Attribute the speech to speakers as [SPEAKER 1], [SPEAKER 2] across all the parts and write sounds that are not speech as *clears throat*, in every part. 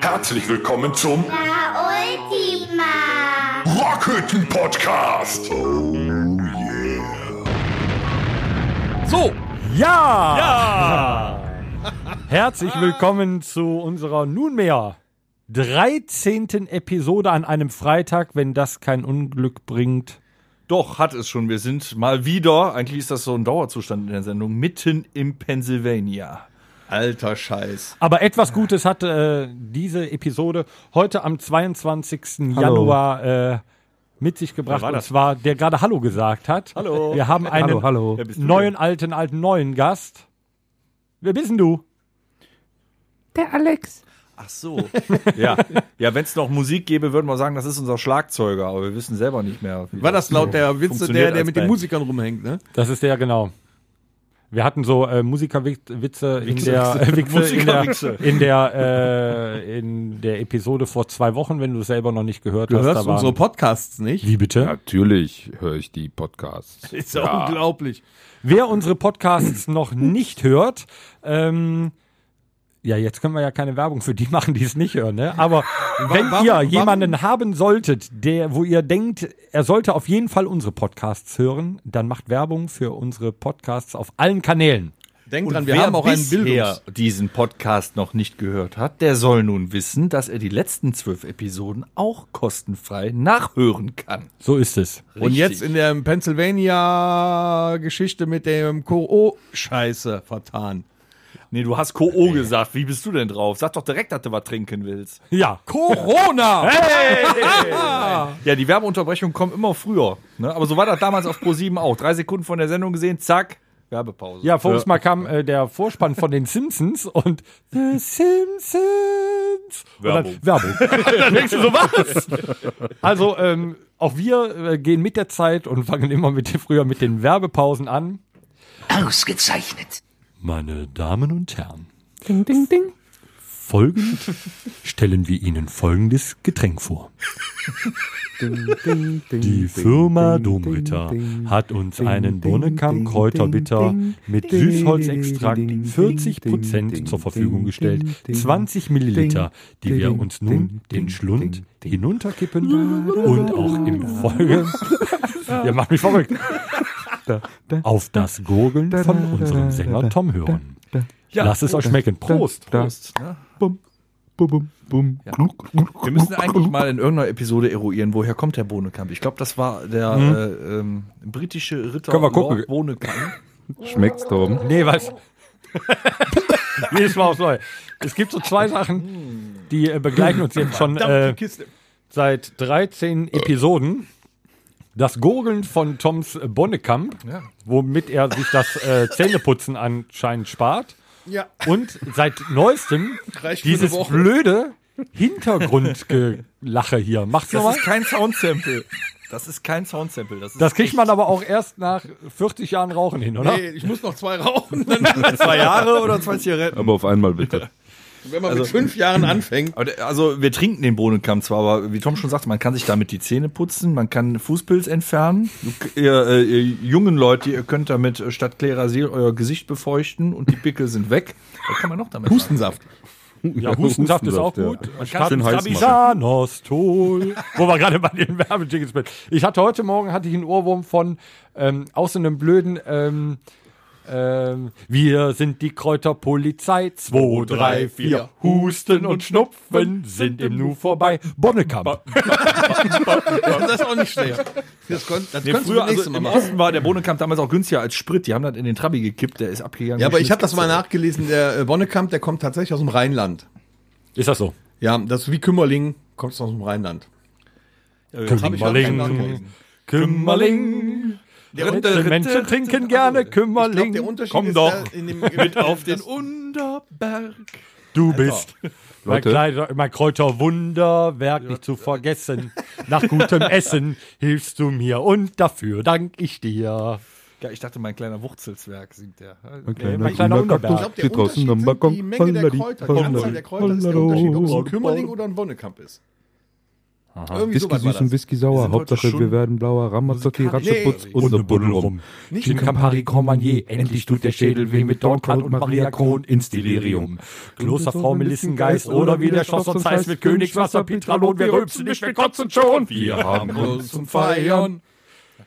[SPEAKER 1] Herzlich willkommen zum
[SPEAKER 2] La Ultima.
[SPEAKER 1] Rockhütten Podcast. Oh yeah.
[SPEAKER 3] So,
[SPEAKER 4] Ja!
[SPEAKER 3] ja!
[SPEAKER 4] *laughs* Herzlich willkommen zu unserer nunmehr 13. Episode an einem Freitag, wenn das kein Unglück bringt.
[SPEAKER 3] Doch, hat es schon. Wir sind mal wieder, eigentlich ist das so ein Dauerzustand in der Sendung, mitten im Pennsylvania.
[SPEAKER 5] Alter Scheiß.
[SPEAKER 4] Aber etwas Gutes hat äh, diese Episode heute am 22. Januar äh, mit sich gebracht.
[SPEAKER 3] Wer war
[SPEAKER 4] Und
[SPEAKER 3] das?
[SPEAKER 4] zwar, der gerade Hallo gesagt hat.
[SPEAKER 3] Hallo.
[SPEAKER 4] Wir haben einen
[SPEAKER 3] Hallo, hallo. Wer bist du
[SPEAKER 4] neuen, alten, alten, neuen Gast. Wer bist denn du?
[SPEAKER 3] Ach so. *laughs* Ja, ja wenn es noch Musik gäbe, würden wir sagen, das ist unser Schlagzeuger, aber wir wissen selber nicht mehr. wie
[SPEAKER 5] War das laut der Witze,
[SPEAKER 3] Funktioniert
[SPEAKER 5] der, der
[SPEAKER 3] als
[SPEAKER 5] mit den
[SPEAKER 3] Band.
[SPEAKER 5] Musikern rumhängt, ne?
[SPEAKER 4] Das ist der, genau. Wir hatten so äh, Musikerwitze in
[SPEAKER 3] Wichse,
[SPEAKER 4] der,
[SPEAKER 3] Wichse.
[SPEAKER 4] äh, Wichse, in der,
[SPEAKER 3] Musikerwichse.
[SPEAKER 4] in der, äh, in der Episode vor zwei Wochen, wenn du es selber noch nicht gehört
[SPEAKER 5] Du
[SPEAKER 4] hast.
[SPEAKER 5] hörst
[SPEAKER 4] waren-
[SPEAKER 5] unsere Podcasts nicht.
[SPEAKER 4] Wie bitte?
[SPEAKER 6] Natürlich höre ich die Podcasts.
[SPEAKER 5] *laughs* Ist ja unglaublich.
[SPEAKER 4] Wer unsere Podcasts *clears throat* noch nicht hört, ähm, ja, jetzt können wir ja keine Werbung für die machen, die es nicht hören, ne? Aber wenn
[SPEAKER 5] warum-
[SPEAKER 4] ihr
[SPEAKER 5] warum-
[SPEAKER 4] jemanden haben solltet, der, wo ihr denkt, er sollte auf jeden Fall unsere Podcasts hören, dann macht Werbung für unsere Podcasts auf allen Kanälen.
[SPEAKER 5] Denk
[SPEAKER 3] Und
[SPEAKER 5] dran,
[SPEAKER 3] wer
[SPEAKER 5] wir haben auch einen
[SPEAKER 3] bisher
[SPEAKER 5] Bildungs...
[SPEAKER 3] diesen Podcast noch nicht gehört hat, der soll nun wissen, dass er die letzten zwölf Episoden auch kostenfrei nachhören kann.
[SPEAKER 4] So ist es.
[SPEAKER 5] Und jetzt in der Pennsylvania-Geschichte mit dem Co-Scheiße vertan.
[SPEAKER 3] Nee, du hast Ko gesagt. Wie bist du denn drauf? Sag doch direkt, dass du was trinken willst.
[SPEAKER 4] Ja.
[SPEAKER 5] Corona!
[SPEAKER 3] Ja, die Werbeunterbrechung kommt immer früher. Ne? Aber so war das damals auf Pro7 auch. Drei Sekunden von der Sendung gesehen, zack, Werbepause.
[SPEAKER 4] Ja, voriges Mal kam äh, der Vorspann von den Simpsons und The Simpsons. Und dann, Werbung. *laughs* Denkst du so was? Also ähm, auch wir äh, gehen mit der Zeit und fangen immer mit früher mit den Werbepausen an.
[SPEAKER 7] Ausgezeichnet.
[SPEAKER 4] Meine Damen und Herren. Ding, ding, ding. Folgend stellen wir Ihnen folgendes Getränk vor. Die Firma Domritter hat uns einen Bonnekamp Kräuterbitter mit Süßholzextrakt 40% zur Verfügung gestellt. 20 Milliliter, die wir uns nun den Schlund hinunterkippen und auch im Folge. Ihr macht mich verrückt auf das Gurgeln von unserem Sänger Tom hören. Lasst es euch schmecken. Prost.
[SPEAKER 3] Prost. Ne? Wir müssen eigentlich mal in irgendeiner Episode eruieren, woher kommt der Bohnekamp. Ich glaube, das war der äh, ähm, britische Ritter
[SPEAKER 4] Mhm. Können wir gucken.
[SPEAKER 3] Lord Bohnekamp.
[SPEAKER 6] Schmeckt's, Tom?
[SPEAKER 4] Nee, was? Jedes Mal aufs Neue. Es gibt so zwei Sachen, die äh, begleiten uns jetzt schon äh, seit 13 Episoden. Das Gurgeln von Toms äh, Bonnekamp, womit er sich das äh, Zähneputzen anscheinend spart.
[SPEAKER 5] Ja.
[SPEAKER 4] Und seit neuestem
[SPEAKER 5] Reicht für
[SPEAKER 4] dieses
[SPEAKER 5] eine Woche.
[SPEAKER 4] blöde Hintergrundgelache hier. Macht's
[SPEAKER 3] Das
[SPEAKER 4] nochmal.
[SPEAKER 3] ist kein Soundsample. Das ist kein Soundsample. Das ist
[SPEAKER 4] Das kriegt man aber auch erst nach 40 Jahren Rauchen hin, oder?
[SPEAKER 5] Nee, ich muss noch zwei rauchen. *laughs* Dann,
[SPEAKER 3] zwei
[SPEAKER 4] *laughs*
[SPEAKER 3] Jahre oder zwei Zigaretten.
[SPEAKER 6] Aber auf einmal bitte.
[SPEAKER 5] wenn man mit fünf Jahren anfängt.
[SPEAKER 3] Aber der- Also wir trinken den Bohnenkamm zwar, aber wie Tom schon sagte, man kann sich damit die Zähne putzen, man kann Fußpilz entfernen. Du, k- ihr, äh, ihr jungen Leute, ihr könnt damit äh, statt Klerasil euer Gesicht befeuchten und die Pickel sind weg. Was kann man noch damit machen?
[SPEAKER 5] Hustensaft.
[SPEAKER 4] Ja, Hustensaft ist
[SPEAKER 6] Hustensaft,
[SPEAKER 4] auch
[SPEAKER 6] ja.
[SPEAKER 4] gut. Ich
[SPEAKER 3] kann's
[SPEAKER 4] hatte
[SPEAKER 3] schön heiß
[SPEAKER 4] Trabisanostol, wo wir gerade bei den Werbejingles sind. Ich hatte heute Morgen hatte ich einen Ohrwurm von ähm, aus so einem blöden ähm, ähm, Wir sind die Kräuterpolizei. 2, 3, 4. Husten und Schnupfen sind im Nu vorbei. Bonnekamp.
[SPEAKER 5] Das ist auch nicht schwer. Das, konnt, das
[SPEAKER 3] Nee,
[SPEAKER 5] könntest
[SPEAKER 3] früher,
[SPEAKER 5] du nächstes
[SPEAKER 3] also
[SPEAKER 5] Mal
[SPEAKER 3] im
[SPEAKER 5] machen.
[SPEAKER 3] Osten war der Bohnenkamm damals auch günstiger als Sprit. Die haben das in den Trabi gekippt, der ist abgegangen.
[SPEAKER 5] Ja, aber ich habe das
[SPEAKER 3] Schnitzkatze.
[SPEAKER 5] mal nachgelesen. Der äh, Bonnekamp, der kommt tatsächlich aus dem Rheinland.
[SPEAKER 4] Ist das so?
[SPEAKER 5] Ja, das ist wie Kümmerling, kommt aus dem Rheinland. Äh, hab ich auch nachgelesen.
[SPEAKER 4] Kümmerling.
[SPEAKER 5] Der,
[SPEAKER 4] Die Menschen trinken gerne
[SPEAKER 5] ich glaub,
[SPEAKER 4] Kümmerling.
[SPEAKER 5] der Unterschied
[SPEAKER 4] Komm
[SPEAKER 5] ist
[SPEAKER 4] doch,
[SPEAKER 5] da in *laughs* dem mit auf den
[SPEAKER 3] Unterberg.
[SPEAKER 4] du bist. Mein,
[SPEAKER 6] Leute.
[SPEAKER 4] Kleider, mein Kräuterwunderwerk nicht zu vergessen. Nach gutem Essen hilfst du mir und dafür dank ich dir.
[SPEAKER 3] Ja, ich dachte, mein kleiner Wuchzelzwerg singt der.
[SPEAKER 4] mein kleiner
[SPEAKER 5] Ich
[SPEAKER 4] Wunderberg.
[SPEAKER 5] glaube, der Unterschied sind die Menge der Kräuter, die Anzahl der Kräuter ist der Unterschied, ob es ein Kümmerling oder ein Bonnekamp ist. Irgendwie so
[SPEAKER 6] Whisky
[SPEAKER 5] weit war
[SPEAKER 6] süß und
[SPEAKER 5] das.
[SPEAKER 6] Whisky sauer.
[SPEAKER 3] sind heute
[SPEAKER 6] Hauptsache,
[SPEAKER 3] schon
[SPEAKER 6] wir werden blauer. Ramazzotti,
[SPEAKER 5] musikalisch-
[SPEAKER 6] Ratscheputz
[SPEAKER 5] Nee,
[SPEAKER 6] und, eine Buddel rum.
[SPEAKER 5] Nicht
[SPEAKER 4] Gin Campari Cormagnier, endlich tut der Schädel weh mit Dornkraut und Maria Kron ins Delirium. Klosterfrau Melissengeist oder wie der Schloss uns heißt mit Königswasser, Pitralon, wir rülpsen nicht, wir kotzen schon. Wir haben uns zum Feiern.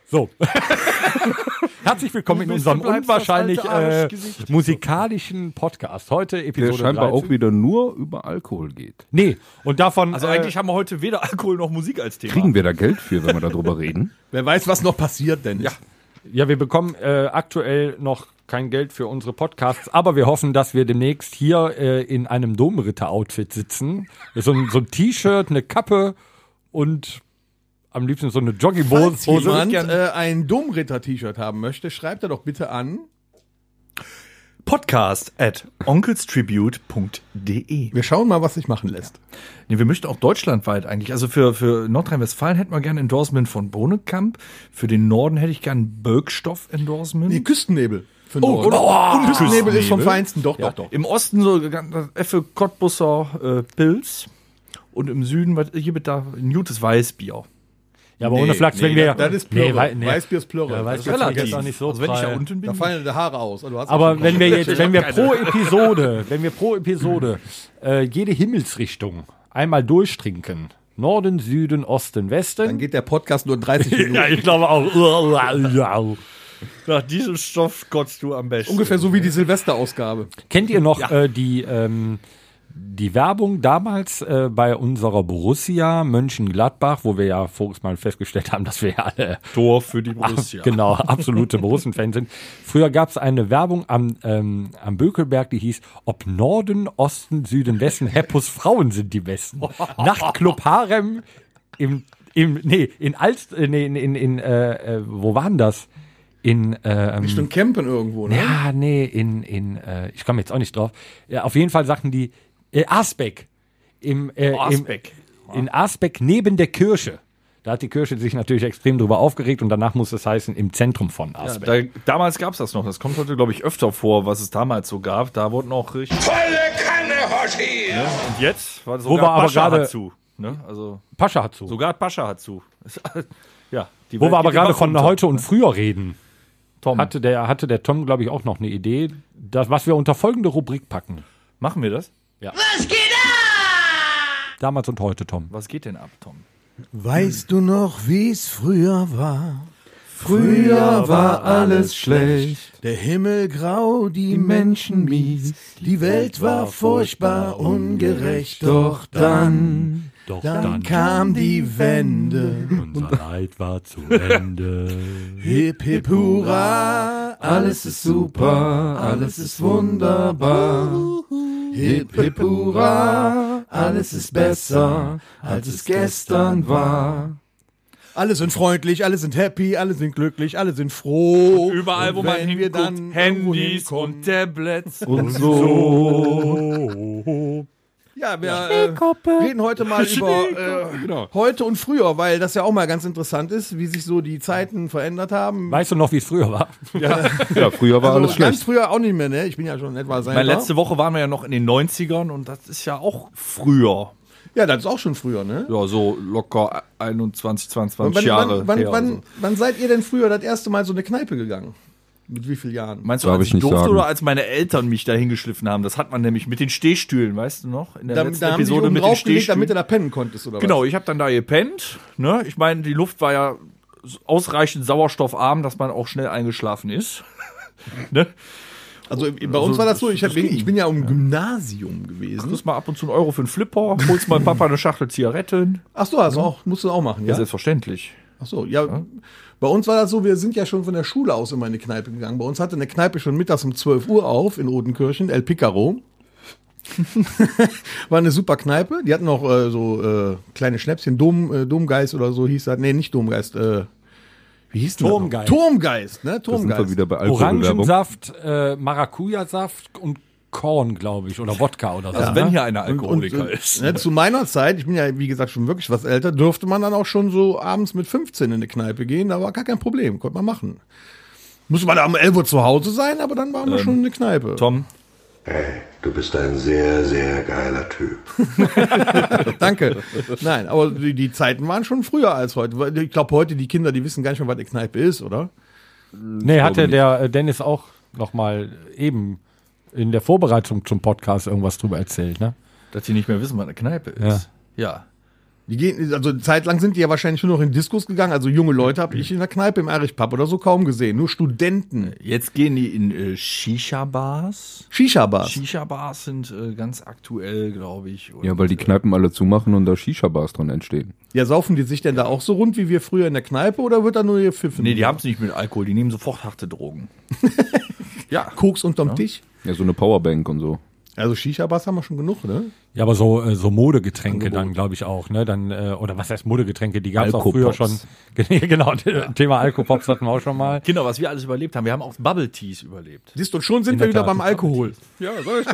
[SPEAKER 4] So. *laughs* Herzlich willkommen in unserem unwahrscheinlich äh, musikalischen Podcast. Heute
[SPEAKER 6] Der
[SPEAKER 4] Episode
[SPEAKER 6] scheinbar
[SPEAKER 4] 13.
[SPEAKER 6] auch wieder nur über Alkohol geht.
[SPEAKER 4] Nee, und davon äh,
[SPEAKER 3] Also eigentlich haben wir heute weder Alkohol noch Musik als Thema.
[SPEAKER 6] Kriegen wir da Geld für, wenn wir darüber reden?
[SPEAKER 5] Wer weiß, was noch passiert, denn? Ja.
[SPEAKER 4] Ja, wir bekommen äh, aktuell noch kein Geld für unsere Podcasts, aber wir hoffen, dass wir demnächst hier äh, in einem Domritter-Outfit sitzen. So ein, so ein T-Shirt, eine Kappe und am liebsten so eine
[SPEAKER 5] Falls
[SPEAKER 4] Jogginghose.
[SPEAKER 5] jemand äh, ein Domritter-T-Shirt haben möchte, schreibt er doch bitte an.
[SPEAKER 3] Podcast at onkelstribute.de.
[SPEAKER 5] Wir schauen mal, was sich machen lässt.
[SPEAKER 3] Nee, wir möchten auch deutschlandweit eigentlich. Also für, für Nordrhein-Westfalen hätten wir gerne ein Endorsement von Bohnekamp. Für den Norden hätte ich gerne ein Böckstoff-Endorsement.
[SPEAKER 5] Nee, Küstennebel. Für den Norden.
[SPEAKER 3] oh,
[SPEAKER 5] Küstennebel ist vom Feinsten. Doch, doch, doch.
[SPEAKER 3] Im Osten so ganz- Effe Cottbusser äh, Pilz. Und im Süden, was hier mit da, ein gutes Weißbier.
[SPEAKER 4] Ja, aber ohne
[SPEAKER 5] Nee,
[SPEAKER 4] Flachs,
[SPEAKER 5] nee,
[SPEAKER 4] wenn wir.
[SPEAKER 5] das- das ist Plörre.
[SPEAKER 4] wei-
[SPEAKER 5] Weißbier ist Plörre.
[SPEAKER 4] Ja,
[SPEAKER 5] Das
[SPEAKER 4] Weißbier
[SPEAKER 5] ist
[SPEAKER 4] ist
[SPEAKER 5] relativ.
[SPEAKER 4] jetzt auch nicht so.
[SPEAKER 3] also wenn ich da
[SPEAKER 4] frei.
[SPEAKER 3] unten bin,
[SPEAKER 5] Da fallen die Haare aus. Also, du hast
[SPEAKER 4] aber
[SPEAKER 5] schon-
[SPEAKER 4] wenn wir jetzt, wenn wir pro Episode, wenn wir pro Episode äh, jede Himmelsrichtung einmal durchtrinken, Norden, Süden, Osten,
[SPEAKER 5] dann
[SPEAKER 4] Westen.
[SPEAKER 5] geht der Podcast nur 30 Minuten.
[SPEAKER 4] ich glaube auch.
[SPEAKER 3] nach diesem Stoff kotzt du am besten.
[SPEAKER 5] Ungefähr so wie die Silvesterausgabe.
[SPEAKER 4] Kennt ihr noch äh, die, ähm, die Werbung damals äh, bei unserer Borussia Mönchengladbach, wo wir ja voriges Mal festgestellt haben, dass wir ja alle
[SPEAKER 3] Tor für die
[SPEAKER 4] ab, genau absolute Borussen-Fans sind. Früher gab es eine Werbung am, ähm, am Bökelberg, die hieß, ob Norden, Osten, Süden, Westen, Heppus Frauen sind die Besten. Nachtclub Harem im, im nee, in Alst, äh, nee, in, in, in äh, äh, wo waren das? In, ähm,
[SPEAKER 5] Bestimmt campen irgendwo, ne?
[SPEAKER 4] ja, nee, in, in äh, ich komme jetzt auch nicht drauf. Ja, auf jeden Fall sagten die äh, Asbeck. Im, äh,
[SPEAKER 3] Asbeck.
[SPEAKER 4] Im, in Asbeck neben der Kirche. Da hat die Kirche sich natürlich extrem drüber aufgeregt und danach muss es heißen, im Zentrum von Asbeck.
[SPEAKER 3] Da, damals gab es das noch. Das kommt heute, glaube ich, öfter vor, was es damals so gab. Da wurden auch richtig. Volle Kanne, Hoshi! Ne? Und jetzt war sogar
[SPEAKER 4] wir aber
[SPEAKER 3] Pascha
[SPEAKER 4] gerade- Hm?
[SPEAKER 3] hat zu. Ne? Also,
[SPEAKER 4] Pascha hat so.
[SPEAKER 3] sogar Pascha hat zu. ja, die
[SPEAKER 4] Wo
[SPEAKER 3] Welt
[SPEAKER 4] wir aber
[SPEAKER 3] geht immer
[SPEAKER 4] gerade von
[SPEAKER 3] runter.
[SPEAKER 4] heute und früher reden,
[SPEAKER 3] Tom,
[SPEAKER 4] hatte der, hatte der Tom, glaube ich, auch noch eine Idee, das, was wir unter folgende Rubrik packen.
[SPEAKER 3] machen wir das?
[SPEAKER 4] Damals und heute, Tom.
[SPEAKER 3] Was geht denn ab, Tom?
[SPEAKER 5] Weißt du noch, wie es früher war?
[SPEAKER 6] Früher *laughs* war alles schlecht.
[SPEAKER 5] Der Himmel grau, die Menschen mies, die Welt war furchtbar ungerecht. Doch
[SPEAKER 6] dann,
[SPEAKER 4] Doch
[SPEAKER 5] dann kam die Wende.
[SPEAKER 4] unser Leid war zu Ende.
[SPEAKER 5] Hip hip hurra,
[SPEAKER 6] alles ist super, alles ist wunderbar.
[SPEAKER 5] hip hip
[SPEAKER 6] Hurra, alles ist besser, als es gestern war.
[SPEAKER 5] Alle sind freundlich, alle sind happy, alle sind glücklich, alle sind froh.
[SPEAKER 3] Überall, wo
[SPEAKER 5] Und
[SPEAKER 3] man
[SPEAKER 5] wenn
[SPEAKER 3] hinguckt,
[SPEAKER 5] dann
[SPEAKER 3] Handys
[SPEAKER 5] irgendwo
[SPEAKER 3] und
[SPEAKER 5] hinkommen-
[SPEAKER 3] Tablets.
[SPEAKER 6] Und so.
[SPEAKER 5] Ja, wir äh, reden heute mal über äh, heute und früher, weil das ja auch mal ganz interessant ist, wie sich so die Zeiten verändert haben.
[SPEAKER 4] Weißt du noch, wie es früher war?
[SPEAKER 6] Ja, Genau, früher war alles
[SPEAKER 5] Also ganz
[SPEAKER 6] schlecht.
[SPEAKER 5] früher auch nicht mehr, ne? Ich bin ja schon etwa sein.
[SPEAKER 3] Meine letzte Woche waren wir ja noch in den 90ern und das ist ja auch früher.
[SPEAKER 5] Ja, das ist auch schon früher, ne?
[SPEAKER 3] Ja, so locker 21, 22
[SPEAKER 5] wann,
[SPEAKER 3] Jahre.
[SPEAKER 5] wann, wann,
[SPEAKER 3] her,
[SPEAKER 5] wann,
[SPEAKER 3] also.
[SPEAKER 5] wann seid ihr denn früher das erste Mal so eine Kneipe gegangen? Mit wie vielen Jahren?
[SPEAKER 3] Meinst du,
[SPEAKER 6] Darf
[SPEAKER 3] als
[SPEAKER 6] ich
[SPEAKER 3] ich
[SPEAKER 6] nicht
[SPEAKER 3] durfte
[SPEAKER 6] sagen.
[SPEAKER 3] oder als meine Eltern mich da hingeschliffen haben? Das hat man nämlich mit den Stehstühlen, weißt du noch? In der letzten Episode
[SPEAKER 5] oben
[SPEAKER 3] mit den
[SPEAKER 5] draufgelegt, damit du
[SPEAKER 3] Stehstühlen.
[SPEAKER 5] da pennen konntest, oder
[SPEAKER 3] Genau,
[SPEAKER 5] was?
[SPEAKER 3] ich habe dann da gepennt. Ne? Ich meine, die Luft war ja ausreichend sauerstoffarm, dass man auch schnell eingeschlafen ist.
[SPEAKER 5] Also i- bei uns war das so, ich, hab, ich bin ja im Gymnasium gewesen.
[SPEAKER 3] Kriegst mal ab und zu einen Euro für einen
[SPEAKER 5] *laughs*
[SPEAKER 3] Flipper, holst mal Papa eine Schachtel Zigaretten.
[SPEAKER 5] Ach so, also auch, musst du auch machen, ja?
[SPEAKER 3] selbstverständlich.
[SPEAKER 5] Ach so, ja. Bei uns war das so, wir sind ja schon von der Schule aus immer in die Kneipe gegangen. Bei uns hatte eine Kneipe schon mittags um 12 Uhr auf in Odenkirchen, El Picaro.
[SPEAKER 6] *laughs*
[SPEAKER 5] war eine super Kneipe. Die hatten noch äh, so äh, kleine Schnäpschen, Dom, äh, Domgeist oder so hieß das. Nee, nicht Domgeist. Äh, wie hieß denn das noch?
[SPEAKER 4] Turmgeist.
[SPEAKER 5] Turmgeist, ne?
[SPEAKER 6] Da sind wir
[SPEAKER 5] Turmgeist.
[SPEAKER 6] wieder bei Alkoholwerbung.
[SPEAKER 4] Orangensaft, äh, Maracuja-Saft und Korn, glaube ich, oder Wodka oder so.
[SPEAKER 3] Also wenn hier einer Alkoholiker
[SPEAKER 5] Und, äh,
[SPEAKER 3] ist.
[SPEAKER 5] *laughs* Ne, zu meiner Zeit, ich bin ja wie gesagt schon wirklich was älter, durfte man dann auch schon so abends mit 15 in eine Kneipe gehen, da war gar kein Problem,
[SPEAKER 3] Ähm,
[SPEAKER 5] konnte man machen. Musste man am 11 Uhr zu Hause sein, aber dann waren wir schon in eine Kneipe.
[SPEAKER 3] Tom,
[SPEAKER 8] Hey, du bist ein sehr, sehr geiler Typ.
[SPEAKER 5] Danke. Nein, aber die, die Zeiten waren schon früher als heute. Weil Ich glaube, heute die Kinder, die wissen gar nicht mehr, was eine Kneipe ist, oder?
[SPEAKER 4] Nee, hatte der äh, Dennis auch nochmal eben in der Vorbereitung zum Podcast irgendwas drüber erzählt, ne?
[SPEAKER 3] Dass die nicht mehr wissen, was eine Kneipe ist. Ja.
[SPEAKER 5] Die gehen, also zeitlang sind die ja wahrscheinlich nur noch in Diskos gegangen. Also junge Leute habe ich in der Kneipe im Erich-Pub oder so kaum gesehen. Nur Studenten.
[SPEAKER 3] Jetzt gehen die in äh, Shisha-Bars.
[SPEAKER 5] Shisha-Bars.
[SPEAKER 3] Shisha-Bars sind äh, ganz aktuell, glaube ich. Und,
[SPEAKER 6] Ja, weil die Kneipen alle zumachen und da Shisha-Bars dran entstehen.
[SPEAKER 5] Ja, saufen die sich denn da auch so rund wie wir früher in der Kneipe oder wird da nur hier pfiffen?
[SPEAKER 3] Nee, die haben es nicht mit Alkohol, die nehmen sofort harte Drogen.
[SPEAKER 5] Koks unterm Tisch.
[SPEAKER 6] Ja, so eine Powerbank und so.
[SPEAKER 5] Also Shisha-Bars haben wir schon genug, ne?
[SPEAKER 4] Ja, aber so, äh, so Modegetränke dann, glaube ich, auch, ne? Dann, äh, oder was heißt Modegetränke? Die gab es auch früher schon. *laughs*
[SPEAKER 6] Alkopops.
[SPEAKER 4] genau, Thema Alkopops hatten wir auch schon mal.
[SPEAKER 3] Kinder, was wir alles überlebt haben. Wir haben auch Bubble Teas überlebt.
[SPEAKER 5] Siehst du, und schon sind
[SPEAKER 4] der
[SPEAKER 5] wir wieder
[SPEAKER 4] Tat.
[SPEAKER 5] beim Alkohol.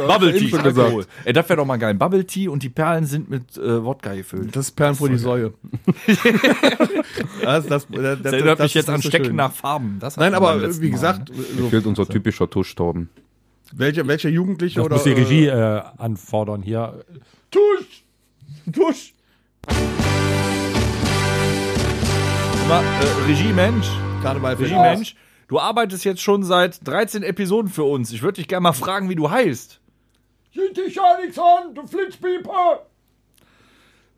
[SPEAKER 3] Bubble Tea,
[SPEAKER 6] gesagt.
[SPEAKER 3] Alkohol. Ey, das wäre doch mal geil. Bubble Tea und die Perlen sind mit äh, Wodka gefüllt.
[SPEAKER 5] Das ist Perlen vor die Säue. *laughs* das, das, das, das,
[SPEAKER 3] Das erinnert mich
[SPEAKER 5] ist
[SPEAKER 3] jetzt
[SPEAKER 5] nicht
[SPEAKER 3] an
[SPEAKER 5] so
[SPEAKER 3] Stecken
[SPEAKER 5] schön.
[SPEAKER 3] nach Farben. Das
[SPEAKER 5] Nein,
[SPEAKER 3] hatten wir beim
[SPEAKER 5] aber
[SPEAKER 3] letzten
[SPEAKER 5] wie
[SPEAKER 3] Mal,
[SPEAKER 5] gesagt,
[SPEAKER 3] ne?
[SPEAKER 5] so,
[SPEAKER 6] Fehlt unser typischer Tuschtorben.
[SPEAKER 5] welcher, welcher Jugendliche
[SPEAKER 4] Das
[SPEAKER 5] oder.
[SPEAKER 4] muss die
[SPEAKER 5] äh,
[SPEAKER 4] Regie äh, anfordern hier.
[SPEAKER 3] Mal, äh, Regie Mensch,
[SPEAKER 5] Karneval
[SPEAKER 3] Regie
[SPEAKER 5] fällt aus.
[SPEAKER 3] Mensch, du arbeitest jetzt schon seit 13 Episoden für uns. Ich würde dich gerne mal fragen, wie du heißt. Sieh dich ja nichts an, du Flitzpieper!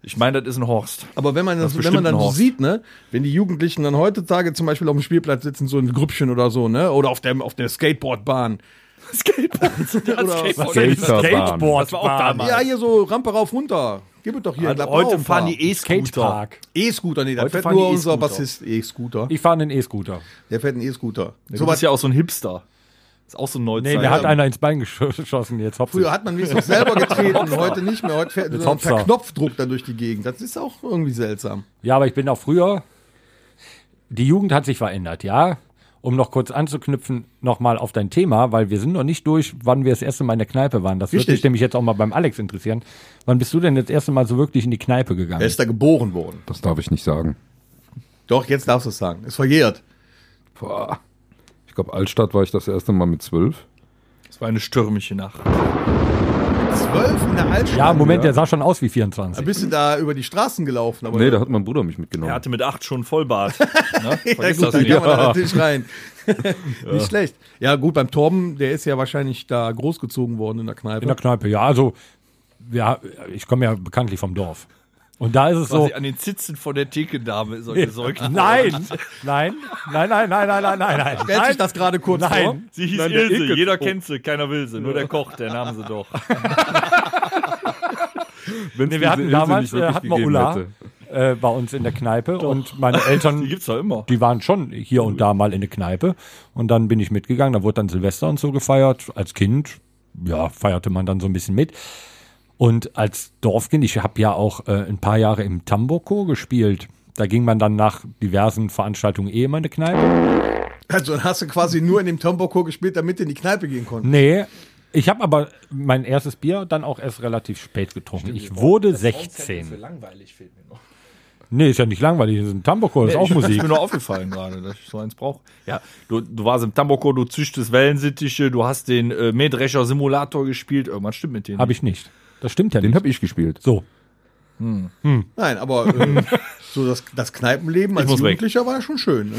[SPEAKER 3] Ich meine, das ist ein Horst.
[SPEAKER 5] Aber wenn man das,
[SPEAKER 3] ist
[SPEAKER 5] wenn man
[SPEAKER 3] bestimmt
[SPEAKER 5] dann
[SPEAKER 3] ein
[SPEAKER 5] so
[SPEAKER 3] Horst.
[SPEAKER 5] sieht, ne, wenn die Jugendlichen dann heutzutage zum Beispiel auf dem Spielplatz sitzen, so in Grüppchen oder so, ne, oder auf der, auf der Skateboardbahn.
[SPEAKER 3] Skateboard. Ja,
[SPEAKER 5] Oder
[SPEAKER 3] Skateboard.
[SPEAKER 6] Skaterbahn.
[SPEAKER 3] Skateboard war auch damals.
[SPEAKER 5] Ja, hier so Rampe rauf runter. Gib es doch hier.
[SPEAKER 3] Also
[SPEAKER 5] Klappe
[SPEAKER 3] heute
[SPEAKER 5] auf,
[SPEAKER 3] fahren
[SPEAKER 5] da.
[SPEAKER 3] die E-Scooter.
[SPEAKER 4] Skatepark.
[SPEAKER 5] E-Scooter, Eh nee, da
[SPEAKER 3] Heute
[SPEAKER 5] fährt
[SPEAKER 3] fahren
[SPEAKER 5] nur
[SPEAKER 3] die
[SPEAKER 5] unser
[SPEAKER 3] E-Scooter.
[SPEAKER 5] Bassist E-Scooter.
[SPEAKER 4] Ich fahre einen E-Scooter.
[SPEAKER 5] Der fährt einen E-Scooter.
[SPEAKER 3] Du
[SPEAKER 5] Sowas
[SPEAKER 3] bist ja auch so ein Hipster. Ist auch so ein Neuzeit.
[SPEAKER 4] Nee, mir hat einer ins Bein gesch- *laughs* geschossen jetzt. Hopsi.
[SPEAKER 5] Früher hat man mich noch selber getreten, heute nicht mehr. Heute fährt so ein
[SPEAKER 4] Hopsa.
[SPEAKER 5] per Knopfdruck da durch die Gegend. Das ist auch irgendwie seltsam.
[SPEAKER 4] Ja, aber ich bin auch früher. Die Jugend hat sich verändert, ja. Um noch kurz anzuknüpfen, nochmal auf dein Thema, weil wir sind noch nicht durch, wann wir das erste Mal in der Kneipe waren. Das würde
[SPEAKER 5] Richtig.
[SPEAKER 4] mich nämlich jetzt auch mal beim Alex interessieren. Wann bist du denn das erste Mal so wirklich in die Kneipe gegangen?
[SPEAKER 5] Er ist da geboren worden.
[SPEAKER 6] Das darf ich nicht sagen.
[SPEAKER 5] Doch, jetzt darfst du es sagen. Ist verjährt.
[SPEAKER 6] Boah. Ich glaube, Altstadt war ich das erste Mal mit zwölf.
[SPEAKER 3] Das war eine stürmische Nacht.
[SPEAKER 5] Zwölf in der Altstadt.
[SPEAKER 4] ja, Moment,
[SPEAKER 6] ja.
[SPEAKER 4] der sah schon aus wie
[SPEAKER 5] Da
[SPEAKER 4] 24.
[SPEAKER 5] bist du da über die Straßen gelaufen. Aber
[SPEAKER 6] Nee, da hat mein Bruder mich mitgenommen.
[SPEAKER 3] Er hatte mit acht schon Vollbart. *laughs* Ne?
[SPEAKER 5] *laughs* ja,
[SPEAKER 3] Vergiss
[SPEAKER 5] gut,
[SPEAKER 3] das
[SPEAKER 5] dann
[SPEAKER 3] nicht.
[SPEAKER 5] kann man da natürlich rein. Nicht schlecht. Ja, gut, beim Torben, der ist ja wahrscheinlich da großgezogen worden in der Kneipe.
[SPEAKER 4] In der Kneipe, ja. Also, ja, ich komme ja bekanntlich vom Dorf. Und da ist es
[SPEAKER 3] Was
[SPEAKER 4] so.
[SPEAKER 3] ich an den Zitzen von der Thekendame ist euch *laughs* gesäugt.
[SPEAKER 4] *laughs* Nein, nein, nein, nein, nein, nein, nein, nein, nein.
[SPEAKER 5] Stellt sich das gerade kurz vor?
[SPEAKER 4] Nein,
[SPEAKER 3] Sie hieß Ilse, Oh. jeder kennt sie, keiner will sie, nur der Koch, den haben sie doch.
[SPEAKER 6] Wenn's
[SPEAKER 4] Nee,
[SPEAKER 6] diese
[SPEAKER 4] wir hatten
[SPEAKER 6] Ilse
[SPEAKER 4] damals
[SPEAKER 6] nicht
[SPEAKER 4] äh,
[SPEAKER 6] wirklich
[SPEAKER 4] hatten wir
[SPEAKER 6] gegeben
[SPEAKER 4] Ulla
[SPEAKER 6] hätte.
[SPEAKER 4] äh, bei uns in der Kneipe
[SPEAKER 3] *laughs*
[SPEAKER 4] und meine Eltern,
[SPEAKER 3] Die gibt's doch immer.
[SPEAKER 4] die waren schon hier und da mal in der Kneipe und dann bin ich mitgegangen, da wurde dann Silvester und so gefeiert als Kind. Ja, feierte man dann so ein bisschen mit. Und als Dorfkind, ich habe ja auch äh, ein paar Jahre im Tamburchor gespielt. Da ging man dann nach diversen Veranstaltungen eh immer in die Kneipe.
[SPEAKER 5] Also dann hast du quasi nur in dem Tombokor gespielt, damit du in die Kneipe gehen konntest.
[SPEAKER 4] Nee, ich habe aber mein erstes Bier dann auch erst relativ spät getrunken. ich wurde 16.
[SPEAKER 3] Langweilig fehlt mir noch.
[SPEAKER 4] Nee, ist ja nicht langweilig, ist ein Tamburchor, ist auch
[SPEAKER 3] Ist
[SPEAKER 4] Musik.
[SPEAKER 3] mir nur aufgefallen gerade, dass ich so eins brauche. Ja, du, du warst im Tamboko, du züchtest Wellensittiche, du hast den äh, Mähdrescher Simulator gespielt, irgendwas stimmt mit denen.
[SPEAKER 4] Habe ich nicht. Das stimmt ja
[SPEAKER 6] Den
[SPEAKER 4] nicht.
[SPEAKER 6] habe ich gespielt.
[SPEAKER 4] So,
[SPEAKER 5] Nein, aber
[SPEAKER 3] *laughs*
[SPEAKER 5] ähm, so das, das Kneipenleben als
[SPEAKER 3] muss weg.
[SPEAKER 5] Jugendlicher war ja schon schön. Ne?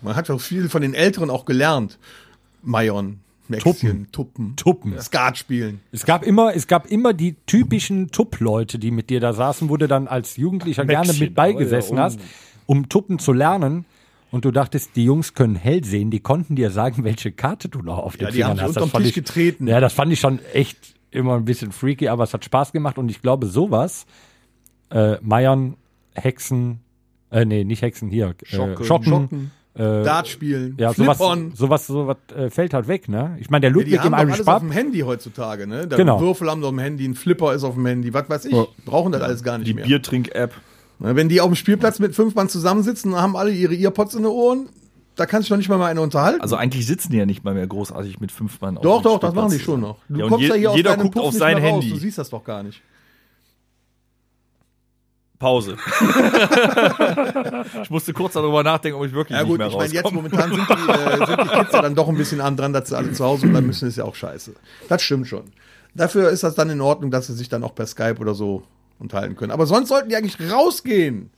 [SPEAKER 5] Man hat ja viel von den Älteren auch gelernt. Meion, Mäxchen, Tuppen,
[SPEAKER 4] Tuppen.
[SPEAKER 5] Skat spielen.
[SPEAKER 4] Es gab immer, es gab immer die typischen Tupp-Leute, die mit dir da saßen, wo du dann als Jugendlicher gerne
[SPEAKER 3] Mäxchen,
[SPEAKER 4] mit beigesessen
[SPEAKER 5] oh.
[SPEAKER 3] aber ja,
[SPEAKER 4] hast, um Tuppen zu lernen. Und du dachtest, die Jungs können hell sehen, die konnten dir sagen, welche Karte du noch auf den
[SPEAKER 5] die
[SPEAKER 4] Fingern
[SPEAKER 5] haben dich
[SPEAKER 4] hast.
[SPEAKER 5] unterm
[SPEAKER 4] fand
[SPEAKER 5] Tisch
[SPEAKER 4] ich-
[SPEAKER 5] getreten.
[SPEAKER 4] Ja, das fand ich schon echt immer ein bisschen freaky, aber es hat Spaß gemacht und ich glaube, sowas, äh, Meiern, Hexen, äh, nee, nicht Hexen, hier, äh, Schocken,
[SPEAKER 5] Schocken.
[SPEAKER 4] äh,
[SPEAKER 5] Dart spielen,
[SPEAKER 4] ja, sowas,
[SPEAKER 5] Flippern.
[SPEAKER 4] sowas, sowas äh, fällt halt weg, ne? Ich meine, der
[SPEAKER 5] Ja,
[SPEAKER 4] Ludwig
[SPEAKER 5] die haben
[SPEAKER 4] im
[SPEAKER 5] doch
[SPEAKER 4] Irish
[SPEAKER 5] alles auf
[SPEAKER 4] Pub,
[SPEAKER 5] dem Handy heutzutage, ne? Der
[SPEAKER 4] Genau.
[SPEAKER 5] Würfel haben doch auf dem Handy, ein Flipper ist auf dem Handy, was weiß ich. Brauchen das alles gar nicht
[SPEAKER 3] die
[SPEAKER 5] mehr.
[SPEAKER 3] Biertrink-App.
[SPEAKER 5] Ne, Wenn die auf dem Spielplatz mit fünf Mann zusammensitzen und haben alle ihre Earpods in den Ohren, da kannst du doch nicht mal, mal einen unterhalten.
[SPEAKER 3] Also eigentlich sitzen die ja nicht mal mehr großartig mit fünf Mann auf
[SPEAKER 5] doch,
[SPEAKER 3] dem
[SPEAKER 5] doch, das machen die
[SPEAKER 3] Spielplatz.
[SPEAKER 5] schon noch. Du
[SPEAKER 3] Ja, und
[SPEAKER 5] kommst ja
[SPEAKER 3] je-
[SPEAKER 5] hier
[SPEAKER 3] jeder
[SPEAKER 5] aus deinem
[SPEAKER 3] guckt
[SPEAKER 5] Puff
[SPEAKER 3] auf
[SPEAKER 5] nicht
[SPEAKER 3] sein
[SPEAKER 5] mehr raus,
[SPEAKER 3] Handy.
[SPEAKER 5] du siehst das doch gar nicht.
[SPEAKER 3] Pause. *laughs* ich musste kurz darüber nachdenken, ob ich wirklich
[SPEAKER 5] Ja
[SPEAKER 3] nicht
[SPEAKER 5] gut,
[SPEAKER 3] mehr
[SPEAKER 5] ich meine,
[SPEAKER 3] rauskomme.
[SPEAKER 5] jetzt momentan sind die, äh, sind die Kids ja dann doch ein bisschen arm dran, dass sie alle zu Hause bleiben müssen, ist ja auch scheiße. Das stimmt schon. Dafür ist das dann in Ordnung, dass sie sich dann auch per Skype oder so unterhalten können. Aber sonst sollten die eigentlich rausgehen.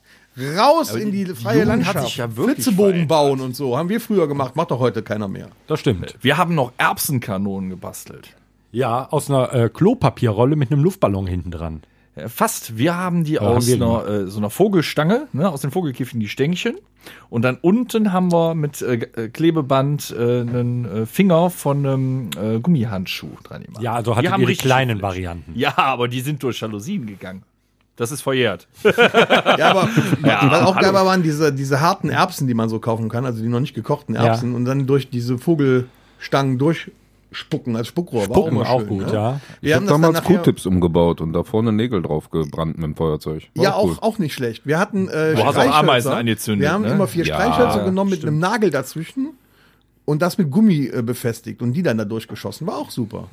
[SPEAKER 5] Raus in die freie
[SPEAKER 3] Jugend hat
[SPEAKER 5] Landschaft.
[SPEAKER 3] sich ja wirklich
[SPEAKER 5] Flitzebogen
[SPEAKER 3] verändert.
[SPEAKER 5] bauen und so. Haben wir früher gemacht, macht doch heute keiner mehr.
[SPEAKER 4] Das stimmt.
[SPEAKER 3] Wir haben noch Erbsenkanonen gebastelt.
[SPEAKER 4] Ja, aus einer äh, Klopapierrolle mit einem Luftballon hinten dran.
[SPEAKER 3] Äh, Fast. Wir haben die
[SPEAKER 4] haben
[SPEAKER 3] aus
[SPEAKER 4] wir
[SPEAKER 3] einer, äh, so einer Vogelstange, ne, aus den Vogelkäfigen die Stängchen. Und dann unten haben wir mit äh, G- äh, Klebeband äh, einen äh, Finger von einem äh, Gummihandschuh dran gemacht.
[SPEAKER 4] Ja, also hattet
[SPEAKER 3] haben
[SPEAKER 4] ihr die
[SPEAKER 3] richtig
[SPEAKER 4] kleinen
[SPEAKER 3] Fleisch.
[SPEAKER 4] Varianten.
[SPEAKER 3] Ja, aber die sind durch Jalousien gegangen. Das ist verjährt.
[SPEAKER 5] Ja,
[SPEAKER 3] *laughs*
[SPEAKER 5] aber was auch geil
[SPEAKER 3] hallo.
[SPEAKER 5] war, waren diese, diese harten Erbsen, die man so kaufen kann, also die noch nicht gekochten Erbsen und dann durch diese Vogelstangen durchspucken als Spuckrohr.
[SPEAKER 4] Spucken
[SPEAKER 5] immer ne?
[SPEAKER 4] auch gut, ja.
[SPEAKER 5] Wir
[SPEAKER 9] Ich
[SPEAKER 5] haben das dann
[SPEAKER 9] habe damals
[SPEAKER 5] nachher,
[SPEAKER 9] Q-Tips umgebaut und da vorne Nägel drauf gebrannt mit dem Feuerzeug. War
[SPEAKER 5] Ja,
[SPEAKER 9] cool.
[SPEAKER 5] auch, auch nicht schlecht. Wir hatten äh,
[SPEAKER 3] Du hast auch Ameisen angezündet,
[SPEAKER 5] Wir haben
[SPEAKER 3] ne?
[SPEAKER 5] immer vier
[SPEAKER 9] Ja,
[SPEAKER 5] Streichhölzer genommen mit einem Nagel dazwischen und das mit Gummi äh, befestigt und die dann da durchgeschossen. War auch super.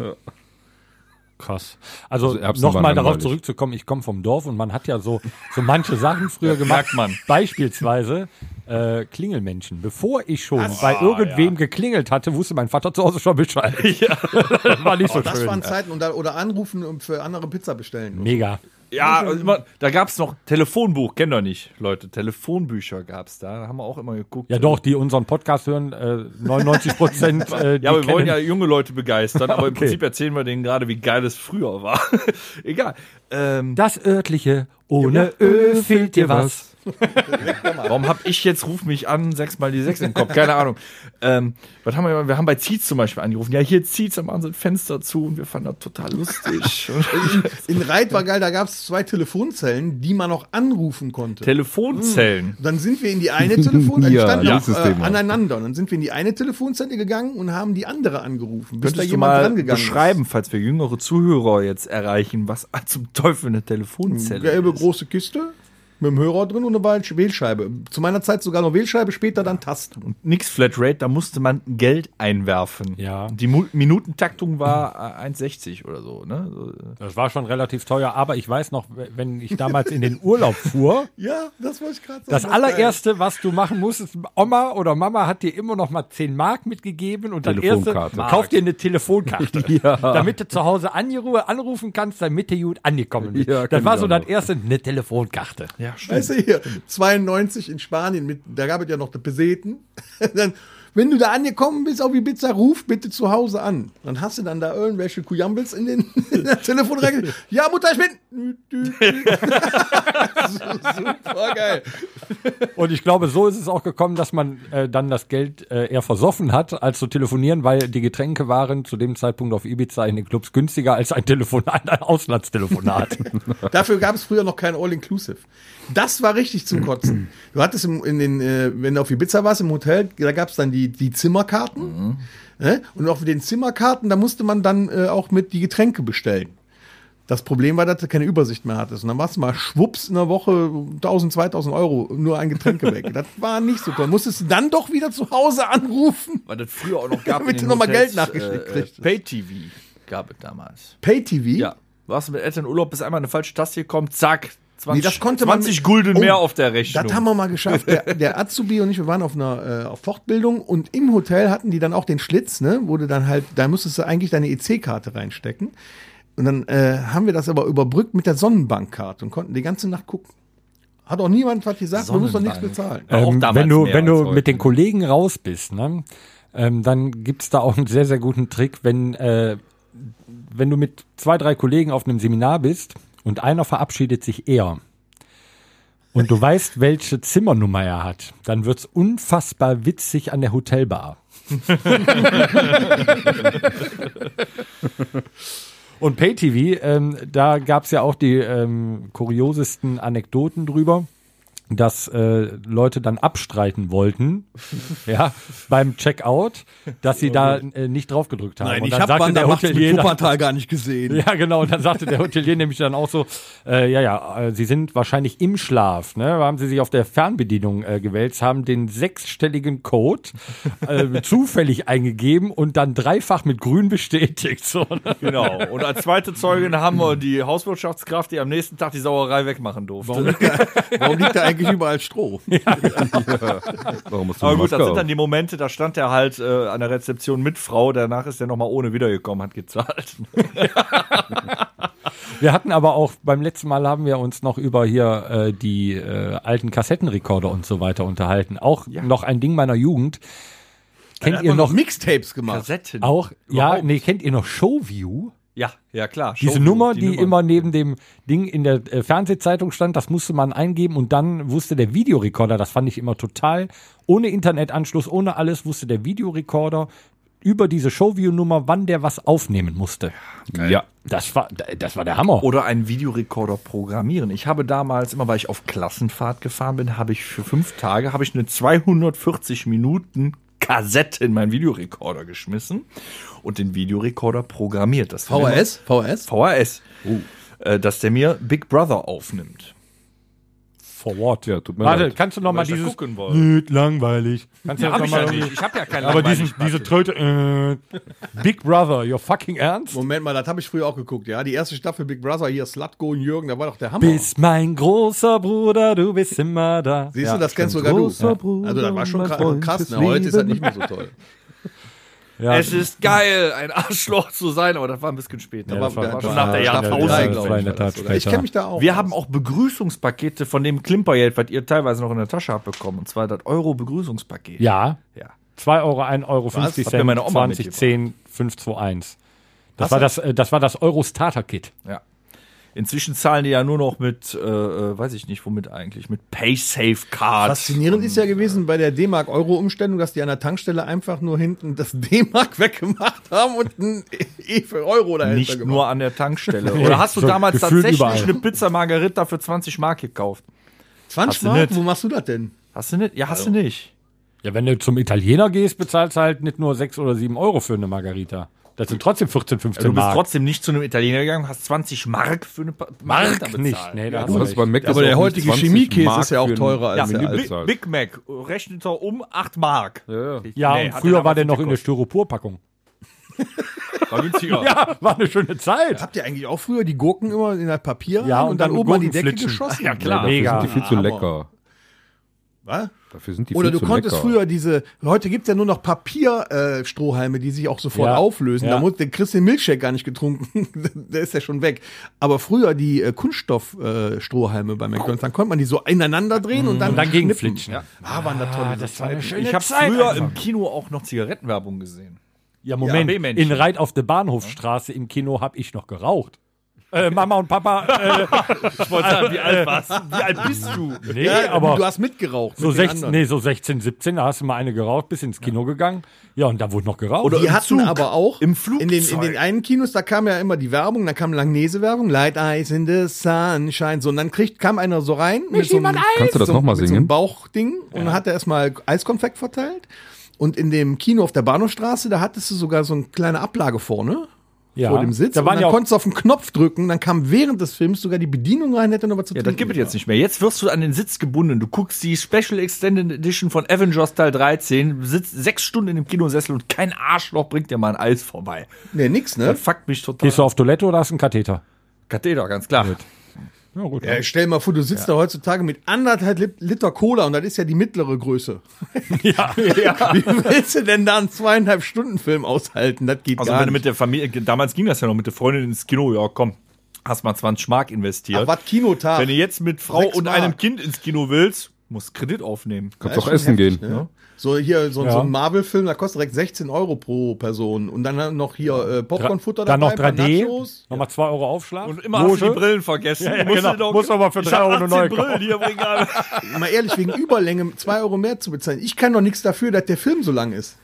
[SPEAKER 4] Krass. Also,
[SPEAKER 9] Also Erbsen waren
[SPEAKER 4] nochmal darauf
[SPEAKER 9] langweilig.
[SPEAKER 4] zurückzukommen, ich komme vom Dorf und man hat ja so, so manche *laughs* Sachen früher
[SPEAKER 3] merkt
[SPEAKER 4] gemacht.
[SPEAKER 3] man.
[SPEAKER 4] Beispielsweise äh, Klingelmenschen. Bevor ich schon
[SPEAKER 5] Ah,
[SPEAKER 4] bei irgendwem geklingelt hatte, wusste mein Vater zu Hause schon Bescheid. *laughs* War nicht so
[SPEAKER 5] Oh, Das
[SPEAKER 4] schön.
[SPEAKER 5] waren Zeiten und da, oder anrufen und für andere Pizza bestellen.
[SPEAKER 4] Mega.
[SPEAKER 3] Ja, also immer, da gab's noch Telefonbuch, kennt ihr nicht, Leute. Telefonbücher gab's da. Da haben wir auch immer geguckt.
[SPEAKER 4] Ja doch, die unseren Podcast hören,
[SPEAKER 5] *laughs*
[SPEAKER 4] äh, 99 Prozent. Äh, die
[SPEAKER 3] Ja, aber wir wollen ja
[SPEAKER 4] kennen-
[SPEAKER 3] junge Leute begeistern,
[SPEAKER 4] *laughs*
[SPEAKER 3] aber im
[SPEAKER 4] Okay.
[SPEAKER 3] Prinzip erzählen wir denen gerade, wie geil es früher war. *laughs* Egal. Ähm,
[SPEAKER 4] das örtliche, ohne Ö fehlt dir was.
[SPEAKER 3] warum hab ich jetzt, ruf mich an, sechs mal die sechs im Kopf? Keine Ahnung. Ähm, was haben wir, wir haben bei Zietz zum Beispiel angerufen. Ja, hier Zietz, da machen sie ein Fenster zu und wir fanden das total
[SPEAKER 4] *laughs*
[SPEAKER 3] lustig.
[SPEAKER 5] In Reit war geil, da gab es zwei Telefonzellen, die man noch anrufen
[SPEAKER 3] *laughs*
[SPEAKER 5] konnte.
[SPEAKER 4] hm.
[SPEAKER 3] Telefonzellen.
[SPEAKER 5] Dann sind wir in die
[SPEAKER 3] *laughs*
[SPEAKER 5] eine Telefonzelle, die
[SPEAKER 9] Ja,
[SPEAKER 5] standen
[SPEAKER 9] das
[SPEAKER 5] auch,
[SPEAKER 9] ist
[SPEAKER 5] äh,
[SPEAKER 9] das Thema.
[SPEAKER 5] aneinander. Und dann sind wir in die eine Telefonzelle gegangen und haben die andere angerufen, bis da
[SPEAKER 3] Könntest du
[SPEAKER 5] jemand
[SPEAKER 3] mal
[SPEAKER 5] rangegangen
[SPEAKER 3] beschreiben, falls wir jüngere Zuhörer jetzt erreichen, was *laughs* zum Teufel eine Telefonzelle
[SPEAKER 4] Hm,
[SPEAKER 5] ist. Gelbe
[SPEAKER 3] ist?
[SPEAKER 5] große Kiste mit dem Hörer drin und eine Wahl- Wählscheibe. Zu meiner Zeit sogar noch Wählscheibe, später dann Tasten.
[SPEAKER 3] nix Flatrate, da musste man Geld einwerfen.
[SPEAKER 4] Ja.
[SPEAKER 3] Die Mu Minutentaktung war äh, 1,60 oder so, ne? So, äh,
[SPEAKER 4] Das war schon relativ teuer, aber ich weiß noch, wenn ich damals in den Urlaub fuhr,
[SPEAKER 5] Ja, das wollte ich gerade sagen.
[SPEAKER 4] Das allererste, was du machen musstest, Oma oder Mama hat dir immer noch mal 10 Mark mitgegeben und dann erste,
[SPEAKER 9] Telefonkarte.
[SPEAKER 4] kauf dir eine Telefonkarte, damit du zu Hause anru- anrufen kannst, damit du gut angekommen bist.
[SPEAKER 9] Ja, kenn
[SPEAKER 4] das war
[SPEAKER 9] ich
[SPEAKER 4] so
[SPEAKER 9] auch
[SPEAKER 4] das
[SPEAKER 9] noch.
[SPEAKER 4] erste, eine Telefonkarte. Ja,
[SPEAKER 5] Weißt du hier, 92 in Spanien, mit, da gab es ja noch die Peseten. *laughs* dann, wenn du da angekommen bist auf Ibiza, ruf bitte zu Hause an. Dann hast du dann da irgendwelche Kujambels in den *laughs* in der Telefonreihe. Ja, Mutter, ich *laughs* bin. Dü, dü, dü. so, super geil.
[SPEAKER 4] Und ich glaube, so ist es auch gekommen, dass man äh, dann das Geld äh, eher versoffen hat, als zu telefonieren, weil die Getränke waren zu dem Zeitpunkt auf Ibiza in den Clubs günstiger als ein, Telefonat, ein Auslandstelefonat.
[SPEAKER 5] Dafür gab es früher noch kein All-Inclusive. Das war richtig zum Kotzen. Du hattest im, in den, äh, wenn du auf Ibiza warst im Hotel, da gab es dann die, die Zimmerkarten. Ne? Und auf den Zimmerkarten, da musste man dann äh, auch mit die Getränke bestellen. Das Problem war, dass du keine Übersicht mehr hattest. Und dann warst du mal schwupps in der Woche 1000, 2000 Euro nur ein Getränke weg. Das war nicht so toll. Musstest du dann doch wieder zu Hause anrufen.
[SPEAKER 3] Weil das früher
[SPEAKER 5] *laughs*
[SPEAKER 3] auch noch gab. in
[SPEAKER 5] Damit du
[SPEAKER 3] den
[SPEAKER 5] noch mal
[SPEAKER 3] Hotels, Äh,
[SPEAKER 5] Geld nachgeschickt kriegst. Hm?
[SPEAKER 3] Pay-TV gab es damals.
[SPEAKER 5] Pay-TV?
[SPEAKER 3] Ja. Warst du mit Eltern im Urlaub, bis einmal eine falsche Taste gekommen, zack. 20,
[SPEAKER 5] Nee, das konnte man
[SPEAKER 3] 20
[SPEAKER 5] mit-
[SPEAKER 3] Gulden
[SPEAKER 5] Oh,
[SPEAKER 3] mehr auf der Rechnung.
[SPEAKER 5] Das haben wir mal
[SPEAKER 4] *laughs*
[SPEAKER 5] geschafft. Der, der Azubi und ich, wir waren auf einer äh, auf Fortbildung und im Hotel hatten die dann auch den Schlitz, ne? Wo du dann halt, da musstest du eigentlich deine EC-Karte reinstecken. Und dann äh, haben wir das aber überbrückt mit der Sonnenbankkarte und konnten die ganze Nacht gucken. Hat auch niemand was gesagt, man muss doch nichts bezahlen.
[SPEAKER 3] War *laughs* auch
[SPEAKER 4] Ähm,
[SPEAKER 3] damals
[SPEAKER 4] wenn du,
[SPEAKER 3] mehr
[SPEAKER 4] wenn
[SPEAKER 3] als
[SPEAKER 4] du
[SPEAKER 3] heute.
[SPEAKER 4] mit den Kollegen raus bist, ne, ähm, dann gibt's da auch einen sehr, sehr guten Trick, wenn, äh, wenn du mit zwei, drei Kollegen auf einem Seminar bist und einer verabschiedet sich eher und du weißt, welche Zimmernummer er hat, dann wird's unfassbar witzig an der Hotelbar. Und PayTV, ähm, da gab's ja auch die ähm, kuriosesten Anekdoten drüber. dass äh, Leute dann abstreiten wollten, ja, beim Checkout, dass sie
[SPEAKER 5] *laughs*
[SPEAKER 4] da äh, nicht draufgedrückt haben.
[SPEAKER 5] Nein,
[SPEAKER 4] und
[SPEAKER 5] ich
[SPEAKER 4] dann
[SPEAKER 5] habe
[SPEAKER 4] sagte der
[SPEAKER 5] Wandermacht
[SPEAKER 4] Hotelier,
[SPEAKER 5] mit
[SPEAKER 4] dann-
[SPEAKER 5] Wuppertal gar nicht gesehen.
[SPEAKER 4] *laughs* ja, genau. Und dann sagte der Hotelier nämlich dann auch so, äh, ja, ja, äh, Sie sind wahrscheinlich im Schlaf. Ne? Haben Sie sich auf der Fernbedienung äh, gewälzt, haben den sechsstelligen Code äh, *laughs* zufällig eingegeben und dann dreifach mit grün bestätigt. So, ne?
[SPEAKER 3] Genau. Und als zweite Zeugin haben wir die Hauswirtschaftskraft, die am nächsten Tag die Sauerei wegmachen durfte.
[SPEAKER 5] Warum liegt da eigentlich überall Stroh?
[SPEAKER 9] Warum musst du
[SPEAKER 3] Aber
[SPEAKER 9] eine
[SPEAKER 3] gut, das
[SPEAKER 9] Maske
[SPEAKER 3] sind
[SPEAKER 9] auf?
[SPEAKER 3] dann die Momente, da stand er halt äh, an der Rezeption mit Frau, danach ist er nochmal ohne wiedergekommen, hat gezahlt.
[SPEAKER 4] Wir hatten aber auch beim letzten Mal haben wir uns noch über hier äh, die äh, alten Kassettenrekorder und so weiter unterhalten. Auch noch ein Ding meiner Jugend. Kennt ihr noch
[SPEAKER 5] Mixtapes gemacht?
[SPEAKER 3] Kassetten.
[SPEAKER 4] auch? Ja,
[SPEAKER 3] Überhaupt.
[SPEAKER 4] nee, kennt ihr noch Showview?
[SPEAKER 3] Ja, ja klar.
[SPEAKER 4] Diese
[SPEAKER 3] Showview,
[SPEAKER 4] Nummer, die,
[SPEAKER 3] Nummer.
[SPEAKER 4] immer neben dem Ding in der äh, Fernsehzeitung stand, das musste man eingeben und dann wusste der Videorekorder, das fand ich immer total, ohne Internetanschluss, ohne alles, wusste der Videorekorder über diese Showview-Nummer, wann der was aufnehmen musste.
[SPEAKER 9] Ja.
[SPEAKER 4] Das war, das war der Hammer.
[SPEAKER 3] oder einen Videorekorder programmieren. Ich habe damals, immer weil ich auf Klassenfahrt gefahren bin, habe ich für fünf Tage, habe ich eine 240 Minuten Kassette in meinen Videorekorder geschmissen und den Videorekorder programmiert. Das war immer-
[SPEAKER 5] VHS? VHS?
[SPEAKER 3] VHS.
[SPEAKER 4] Oh.
[SPEAKER 3] Äh, Dass der mir Big Brother aufnimmt.
[SPEAKER 4] For what?
[SPEAKER 9] Ja, tut mir
[SPEAKER 4] Warte,
[SPEAKER 9] leid.
[SPEAKER 4] kannst du noch mal
[SPEAKER 3] ich da
[SPEAKER 4] dieses
[SPEAKER 3] gucken wollte.
[SPEAKER 4] Nüt, langweilig. Kannst du das noch mal irgendwie-
[SPEAKER 3] Ich habe ja keine
[SPEAKER 4] Aber diesen, diese Tröte, äh, Big Brother, you're fucking ernst?
[SPEAKER 5] Moment mal, das habe ich früher auch geguckt, ja. Die erste Staffel Big Brother, hier Slutko und Jürgen, da war doch der Hammer.
[SPEAKER 4] Bist mein großer Bruder, du bist immer da.
[SPEAKER 5] Siehst du, das kennst sogar du.
[SPEAKER 6] Großer
[SPEAKER 5] Ja. Also das war schon
[SPEAKER 6] mein
[SPEAKER 5] krass,
[SPEAKER 6] Freund
[SPEAKER 5] krass
[SPEAKER 6] des
[SPEAKER 5] ne? heute ist das
[SPEAKER 6] Lebens.
[SPEAKER 5] nicht mehr so *laughs* toll.
[SPEAKER 4] Ja,
[SPEAKER 3] es ist geil, ein Arschloch zu sein, aber das war ein bisschen später.
[SPEAKER 5] Ja, das war-
[SPEAKER 3] schon
[SPEAKER 5] das
[SPEAKER 3] nach der
[SPEAKER 5] war-
[SPEAKER 3] Jahrtausend.
[SPEAKER 5] das war-
[SPEAKER 3] glaub ich.
[SPEAKER 5] das war
[SPEAKER 4] in der Tat
[SPEAKER 5] Oder ich kenne mich da auch.
[SPEAKER 3] Wir haben auch Begrüßungspakete von dem Klimpergeld, was ihr teilweise noch in der Tasche habt bekommen. Und zwar das Euro-Begrüßungspaket.
[SPEAKER 4] Ja,
[SPEAKER 3] ja.
[SPEAKER 4] 2 Euro, 1 Euro, 50
[SPEAKER 3] Hat mir
[SPEAKER 4] Cent,
[SPEAKER 3] meine Oma
[SPEAKER 4] 20,
[SPEAKER 3] mitgebracht.
[SPEAKER 4] 10, 5, 2, 1. Das war das, äh, das war das Euro Starter Kit.
[SPEAKER 3] Ja. Inzwischen zahlen die ja nur noch mit, äh, äh, weiß ich nicht womit eigentlich, mit paysafe cards
[SPEAKER 5] Faszinierend ist ja gewesen bei der D-Mark-Euro-Umstellung, dass die an der Tankstelle einfach nur hinten das *laughs* D-Mark weggemacht haben und ein E für Euro dahinter
[SPEAKER 3] Nicht
[SPEAKER 5] gemacht.
[SPEAKER 3] nur an der Tankstelle. Oder hast du
[SPEAKER 4] so
[SPEAKER 3] damals
[SPEAKER 4] gefühlt
[SPEAKER 3] tatsächlich
[SPEAKER 4] überall.
[SPEAKER 3] eine Pizza Margarita für 20 Mark gekauft?
[SPEAKER 5] 20
[SPEAKER 3] Hast du
[SPEAKER 5] Mark?
[SPEAKER 3] nicht.
[SPEAKER 5] Wo machst du das denn?
[SPEAKER 3] Hast du nicht? Ja, hast du nicht.
[SPEAKER 4] Ja, wenn du zum Italiener gehst, bezahlst du halt nicht nur 6 oder 7 Euro für eine Margarita. Das sind trotzdem 14, 15
[SPEAKER 3] Du bist
[SPEAKER 4] Mark.
[SPEAKER 3] trotzdem nicht zu einem Italiener gegangen, hast 20 Mark für eine Pa- Margarita
[SPEAKER 4] Mark
[SPEAKER 3] bezahlt.
[SPEAKER 4] nicht. Nee, da
[SPEAKER 3] ja,
[SPEAKER 4] hast du
[SPEAKER 9] Du hast
[SPEAKER 4] recht.
[SPEAKER 9] beim Mac
[SPEAKER 5] aber
[SPEAKER 9] jetzt
[SPEAKER 5] der
[SPEAKER 9] auch
[SPEAKER 5] heutige
[SPEAKER 9] nicht 20
[SPEAKER 5] Chemiekäse
[SPEAKER 9] Mark
[SPEAKER 5] ist ja auch
[SPEAKER 9] für einen-
[SPEAKER 5] teurer als
[SPEAKER 3] ja,
[SPEAKER 5] der
[SPEAKER 3] Big,
[SPEAKER 5] alte.
[SPEAKER 9] bezahlt.
[SPEAKER 3] Big Mac rechnet er um 8 Mark.
[SPEAKER 9] Ja, ja.
[SPEAKER 4] ja,
[SPEAKER 3] Nee,
[SPEAKER 4] und
[SPEAKER 3] hat
[SPEAKER 4] früher
[SPEAKER 3] damals
[SPEAKER 4] war der noch in der
[SPEAKER 3] gekostet.
[SPEAKER 4] Styroporpackung. *laughs*
[SPEAKER 3] War günstiger.
[SPEAKER 4] Ja, war eine schöne Zeit.
[SPEAKER 5] Habt ihr eigentlich auch früher die Gurken immer in das Papier
[SPEAKER 4] Ja,
[SPEAKER 5] rein
[SPEAKER 4] und
[SPEAKER 5] und dann
[SPEAKER 4] dann
[SPEAKER 5] oben an die Decke
[SPEAKER 4] Gurkenflitschen.
[SPEAKER 5] geschossen?
[SPEAKER 3] Ja, klar.
[SPEAKER 9] Dafür
[SPEAKER 4] Mega.
[SPEAKER 9] sind die viel zu
[SPEAKER 5] Hammer.
[SPEAKER 9] lecker.
[SPEAKER 5] Was?
[SPEAKER 9] Dafür sind die
[SPEAKER 5] Oder du
[SPEAKER 9] viel zu
[SPEAKER 5] konntest
[SPEAKER 9] lecker.
[SPEAKER 5] früher diese, heute gibt's ja nur noch Papierstrohhalme, äh, Strohhalme, die sich auch sofort
[SPEAKER 4] Ja.
[SPEAKER 5] auflösen.
[SPEAKER 4] Ja.
[SPEAKER 5] Da muss, der kriegst den Milchshake gar nicht getrunken. *laughs* der ist ja schon weg. Aber früher die äh, Kunststoff-Strohhalme äh, Strohhalme bei McDonalds, dann konnte man die so ineinander drehen und dann,
[SPEAKER 4] Mhm. Und dann gegen
[SPEAKER 5] schnippen.
[SPEAKER 4] Flitschen. Ja,
[SPEAKER 5] Ah, waren das tolle
[SPEAKER 4] das war eine schöne
[SPEAKER 3] Ich habe früher im Kino auch noch Zigarettenwerbung gesehen.
[SPEAKER 4] ja, Moment.
[SPEAKER 3] Ja, B-Männchen.
[SPEAKER 4] in Reit auf der Bahnhofstraße im Kino habe ich noch geraucht. Äh, Mama und Papa, äh,
[SPEAKER 3] *laughs* Ich wollte sagen, wie alt warst du? Wie alt bist du?
[SPEAKER 4] nee,
[SPEAKER 5] Ja,
[SPEAKER 4] aber
[SPEAKER 5] du hast mitgeraucht.
[SPEAKER 4] So
[SPEAKER 5] mit den
[SPEAKER 4] 16,
[SPEAKER 5] anderen.
[SPEAKER 4] nee, so 16, 17, da hast du mal eine geraucht, bist ins Kino gegangen. Ja, und da wurde noch geraucht.
[SPEAKER 3] Oder-
[SPEAKER 5] Die
[SPEAKER 3] im
[SPEAKER 5] hatten
[SPEAKER 3] Zug,
[SPEAKER 5] aber auch
[SPEAKER 3] im
[SPEAKER 5] in den, in
[SPEAKER 3] Flugzeug.
[SPEAKER 5] den einen Kinos, da kam ja immer die Werbung, da kam Langnese-Werbung, Light Eyes in the Sunshine, so und dann kriegt, kam einer so rein mit so einem,
[SPEAKER 9] Kannst du das
[SPEAKER 5] so,
[SPEAKER 9] nochmal
[SPEAKER 5] mit so einem
[SPEAKER 9] singen?
[SPEAKER 5] Bauchding und hat er erstmal Eiskonfekt verteilt und in dem Kino auf der Bahnhofstraße, da hattest du sogar so eine kleine Ablage vorne
[SPEAKER 4] ja.
[SPEAKER 5] vor dem Sitz
[SPEAKER 4] Da waren
[SPEAKER 5] und
[SPEAKER 4] ja
[SPEAKER 5] dann
[SPEAKER 4] auch,
[SPEAKER 5] konntest du auf den Knopf drücken, dann kam während des Films sogar die Bedienung rein, hätte noch was zu
[SPEAKER 3] Ja,
[SPEAKER 5] tun.
[SPEAKER 3] das gibt es jetzt nicht mehr. Jetzt wirst du an den Sitz gebunden. Du guckst die Special Extended Edition von Avengers Teil 13, sitzt sechs Stunden in dem Kinosessel und kein Arschloch bringt dir mal ein Eis vorbei.
[SPEAKER 5] Nee, nix, ne?
[SPEAKER 3] Das fuckt mich total.
[SPEAKER 4] gehst du auf Toilette oder hast du einen Katheter?
[SPEAKER 3] Katheter, ganz klar.
[SPEAKER 4] Ja, gut.
[SPEAKER 5] Ja, stell dir mal vor, du sitzt da heutzutage mit anderthalb Lit- Liter Cola und das ist ja die mittlere Größe.
[SPEAKER 4] *laughs*
[SPEAKER 5] *laughs*
[SPEAKER 4] Ja.
[SPEAKER 5] Wie willst du denn da einen zweieinhalb Stunden Film aushalten? Das geht
[SPEAKER 3] Also
[SPEAKER 5] gar
[SPEAKER 3] wenn du
[SPEAKER 5] nicht.
[SPEAKER 3] mit der Familie, damals ging das ja noch mit der Freundin ins Kino, ja komm, hast mal 20 Mark investiert.
[SPEAKER 5] Ach, was Kinotag.
[SPEAKER 3] wenn du jetzt mit Frau
[SPEAKER 5] Sechs
[SPEAKER 3] und
[SPEAKER 5] Mark.
[SPEAKER 3] einem Kind ins Kino willst, musst Kredit aufnehmen.
[SPEAKER 9] Kannst auch essen gehen.
[SPEAKER 5] ne? So hier so, so
[SPEAKER 4] Ja.
[SPEAKER 5] ein Marvel-Film, da kostet direkt 16 Euro pro Person und dann noch hier äh, Popcornfutter
[SPEAKER 4] Dann noch
[SPEAKER 5] ein paar
[SPEAKER 4] 3D,
[SPEAKER 5] Nachos.
[SPEAKER 4] nochmal 2 Euro Aufschlag.
[SPEAKER 3] Und immer hast du die
[SPEAKER 4] Loge.
[SPEAKER 3] Brillen vergessen.
[SPEAKER 4] Ja, ja,
[SPEAKER 3] Musst du
[SPEAKER 4] genau. Musst aber für
[SPEAKER 3] Ich
[SPEAKER 4] drei
[SPEAKER 3] hab
[SPEAKER 4] Euro eine
[SPEAKER 3] 18
[SPEAKER 4] neue
[SPEAKER 3] Brillen
[SPEAKER 4] kaufen.
[SPEAKER 3] hier im
[SPEAKER 4] *laughs*
[SPEAKER 3] Regal.
[SPEAKER 5] Mal ehrlich, wegen Überlänge 2 Euro mehr zu bezahlen. Ich kann doch nichts dafür, dass der Film so lang ist.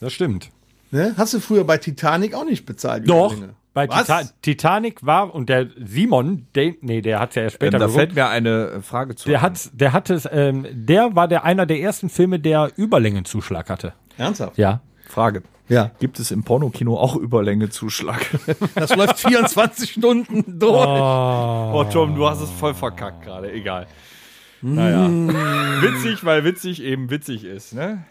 [SPEAKER 4] Das stimmt.
[SPEAKER 5] Ne? Hast du früher bei Titanic auch nicht bezahlt?
[SPEAKER 4] Doch.
[SPEAKER 5] Überlänge?
[SPEAKER 4] Bei
[SPEAKER 5] Was?
[SPEAKER 4] Tita Titanic war und der Simon, der, nee, der hat's ja erst
[SPEAKER 5] Äh,
[SPEAKER 9] Ähm,
[SPEAKER 4] später
[SPEAKER 9] da
[SPEAKER 4] geguckt.
[SPEAKER 9] fällt mir eine Frage zu.
[SPEAKER 4] Der
[SPEAKER 9] ein.
[SPEAKER 4] hat, der hatte, es, ähm, der war der einer der ersten Filme, der Überlängenzuschlag hatte.
[SPEAKER 5] Ernsthaft?
[SPEAKER 4] Ja.
[SPEAKER 3] Frage.
[SPEAKER 5] Ja.
[SPEAKER 3] Gibt es im Pornokino auch Überlängezuschlag?
[SPEAKER 5] Das läuft 24 Stunden durch.
[SPEAKER 3] *laughs* Oh, Tom, du hast es voll verkackt gerade. Egal.
[SPEAKER 4] Hm.
[SPEAKER 3] Naja. witzig, weil witzig eben witzig ist, ne?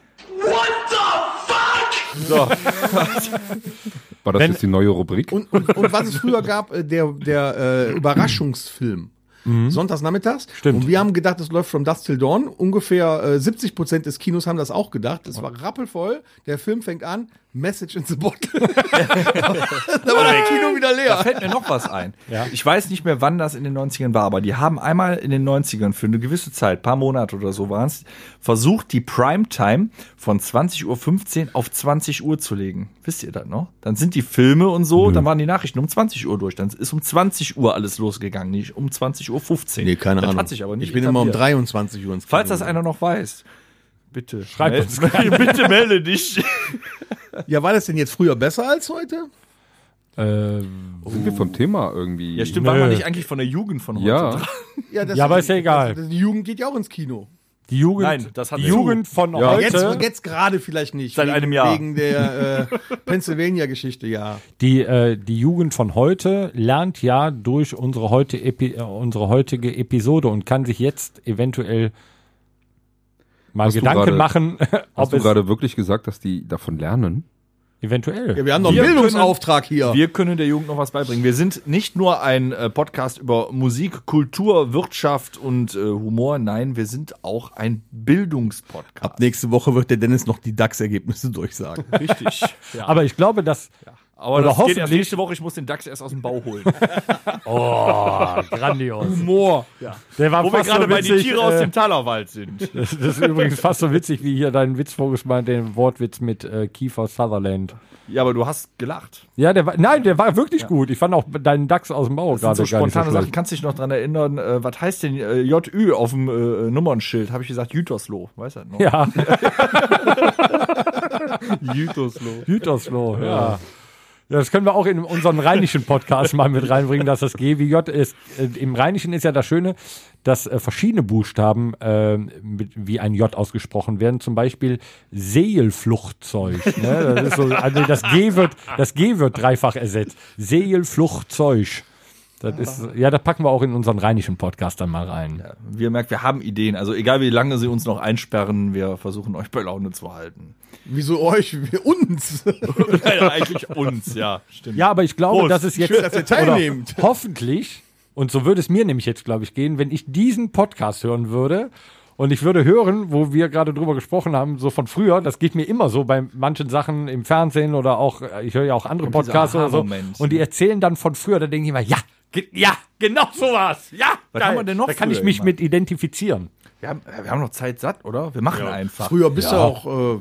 [SPEAKER 9] War das
[SPEAKER 4] Wenn-
[SPEAKER 9] jetzt die neue Rubrik?
[SPEAKER 5] Und, und, und was es früher gab, äh, der, der äh, Überraschungsfilm.
[SPEAKER 3] Mhm.
[SPEAKER 5] Sonntags nachmittags.
[SPEAKER 4] Stimmt.
[SPEAKER 5] Und wir haben gedacht, es läuft From Dusk Till Dawn. Ungefähr äh, 70 Prozent des Kinos haben das auch gedacht. Es war rappelvoll. Der Film fängt an. Message in the Bottle. *laughs* da war das Kino wieder
[SPEAKER 3] Da
[SPEAKER 5] leer.
[SPEAKER 3] fällt mir noch was ein.
[SPEAKER 4] Ja.
[SPEAKER 3] Ich weiß nicht mehr, wann das in den 90ern war, aber die haben einmal in den 90ern für eine gewisse Zeit, paar Monate oder so waren es, versucht, die Primetime von 20.15 Uhr auf 20 Uhr zu legen. Wisst ihr das noch? Dann sind die Filme und so, dann waren die Nachrichten um 20 Uhr durch. Dann ist um 20 Uhr alles losgegangen, nicht um 20.15 Uhr. das Hat sich aber nicht
[SPEAKER 5] ich bin immer um
[SPEAKER 3] etabliert.
[SPEAKER 5] 23 Uhr ins Kino.
[SPEAKER 3] Falls das einer noch weiß, bitte
[SPEAKER 4] Schreibt
[SPEAKER 3] meld- *laughs*
[SPEAKER 4] uns
[SPEAKER 3] bitte melde dich.
[SPEAKER 5] Ja, war das denn jetzt früher besser als heute?
[SPEAKER 4] Ähm,
[SPEAKER 9] Sind wir vom Thema irgendwie?
[SPEAKER 3] Ja, stimmt,
[SPEAKER 4] Nö.
[SPEAKER 3] war man nicht eigentlich von der Jugend von heute?
[SPEAKER 9] Ja,
[SPEAKER 5] Ja, das
[SPEAKER 4] Ja, aber ist ja egal.
[SPEAKER 5] Das, die Jugend geht ja auch ins Kino.
[SPEAKER 4] die Jugend,
[SPEAKER 3] Nein, das hat
[SPEAKER 4] die
[SPEAKER 3] zu.
[SPEAKER 4] Jugend von
[SPEAKER 9] Ja.
[SPEAKER 4] heute,
[SPEAKER 5] Jetzt, jetzt gerade vielleicht nicht.
[SPEAKER 3] Seit
[SPEAKER 5] wegen,
[SPEAKER 3] einem Jahr.
[SPEAKER 5] Wegen der äh, Pennsylvania-Geschichte, ja.
[SPEAKER 4] die, äh, die Jugend von heute lernt ja durch unsere, heute Epi äh, unsere heutige Episode und kann sich jetzt eventuell mal
[SPEAKER 9] Hast du
[SPEAKER 4] Gedanken
[SPEAKER 9] gerade-
[SPEAKER 4] machen, *laughs*
[SPEAKER 9] hast
[SPEAKER 4] ob
[SPEAKER 9] du
[SPEAKER 4] es
[SPEAKER 9] gerade wirklich gesagt, dass die davon lernen?
[SPEAKER 4] eventuell.
[SPEAKER 5] Ja, wir haben doch einen Bildungsauftrag hier.
[SPEAKER 3] Wir können der Jugend noch was beibringen. Wir sind nicht nur ein äh, Podcast über Musik, Kultur, Wirtschaft und äh, Humor. Nein, wir sind auch ein Bildungspodcast.
[SPEAKER 5] Ab nächste Woche wird der Dennis noch die DAX-Ergebnisse durchsagen.
[SPEAKER 3] *laughs* Richtig. Ja.
[SPEAKER 4] Aber ich glaube, dass *laughs*
[SPEAKER 3] Aber
[SPEAKER 4] Oder
[SPEAKER 3] das geht erst
[SPEAKER 4] hoffentlich-
[SPEAKER 3] nächste Woche. Ich muss den DAX erst aus dem Bau
[SPEAKER 5] *laughs*
[SPEAKER 3] holen.
[SPEAKER 4] oh, grandios.
[SPEAKER 3] Humor.
[SPEAKER 4] Der war
[SPEAKER 3] Wo wir
[SPEAKER 4] fast
[SPEAKER 3] gerade
[SPEAKER 4] so
[SPEAKER 3] bei den
[SPEAKER 4] witzig,
[SPEAKER 3] Tieren aus
[SPEAKER 4] äh, *laughs*
[SPEAKER 3] dem Talerwald
[SPEAKER 5] *laughs*
[SPEAKER 3] sind.
[SPEAKER 4] Das ist übrigens fast so witzig, wie hier dein Witz vorgeschmalt, den Wortwitz mit äh, Kiefer Sutherland.
[SPEAKER 3] Ja, aber du hast gelacht.
[SPEAKER 4] Ja, der war, nein, der war wirklich gut. Ich fand auch deinen Dachs aus dem Bau
[SPEAKER 3] Das sind
[SPEAKER 4] gerade
[SPEAKER 3] so
[SPEAKER 4] gar nicht so
[SPEAKER 3] spontane Sachen.
[SPEAKER 4] schlecht.
[SPEAKER 3] Kannst dich noch dran erinnern, äh, was heißt denn äh, JÜ auf dem äh, Nummernschild? Habe ich gesagt, Jütersloh. Weißt du das noch?
[SPEAKER 4] *laughs* Ja,
[SPEAKER 3] Jütersloh. *laughs*
[SPEAKER 4] Gütersloh, ja. ja. Das können wir auch in unseren rheinischen Podcast mal mit reinbringen, dass das G wie J ist. Äh, Im Rheinischen ist ja das Schöne, dass äh, verschiedene Buchstaben äh, mit, wie ein J ausgesprochen werden. Zum Beispiel Seelfluchtzeug. Ne? Das, ist so, also das, G wird, das G wird dreifach ersetzt. Seelfluchtzeug. Das ist, ja, das packen wir auch in unseren rheinischen Podcast dann mal rein.
[SPEAKER 3] Wir merken, wir haben Ideen. Also egal, wie lange sie uns noch einsperren, wir versuchen euch bei Laune zu halten.
[SPEAKER 5] Wieso euch? Wir uns.
[SPEAKER 3] Naja, eigentlich uns, ja, stimmt.
[SPEAKER 4] Ja, aber ich glaube,
[SPEAKER 3] Prost.
[SPEAKER 4] dass es jetzt
[SPEAKER 5] Schön, dass ihr teilnehmt.
[SPEAKER 4] *laughs* Oder hoffentlich und so würde es mir nämlich jetzt, glaube ich, gehen, wenn ich diesen Podcast hören würde und ich würde hören, wo wir gerade drüber gesprochen haben, so von früher. Das geht mir immer so bei manchen Sachen im Fernsehen oder auch äh, ich höre ja auch andere
[SPEAKER 3] dieser
[SPEAKER 4] Podcasts oder so
[SPEAKER 3] Aha-Moment,
[SPEAKER 4] und die erzählen dann von früher. Da denke ich mal, ja, ge- ja, genau sowas, ja.
[SPEAKER 3] Was
[SPEAKER 4] geil.
[SPEAKER 3] haben wir denn noch
[SPEAKER 4] Da kann ich
[SPEAKER 3] früher
[SPEAKER 4] mich
[SPEAKER 3] gemacht?
[SPEAKER 4] mit identifizieren.
[SPEAKER 3] Wir, haben, wir haben noch Zeit satt, oder? Wir machen einfach.
[SPEAKER 5] Früher bist du auch äh,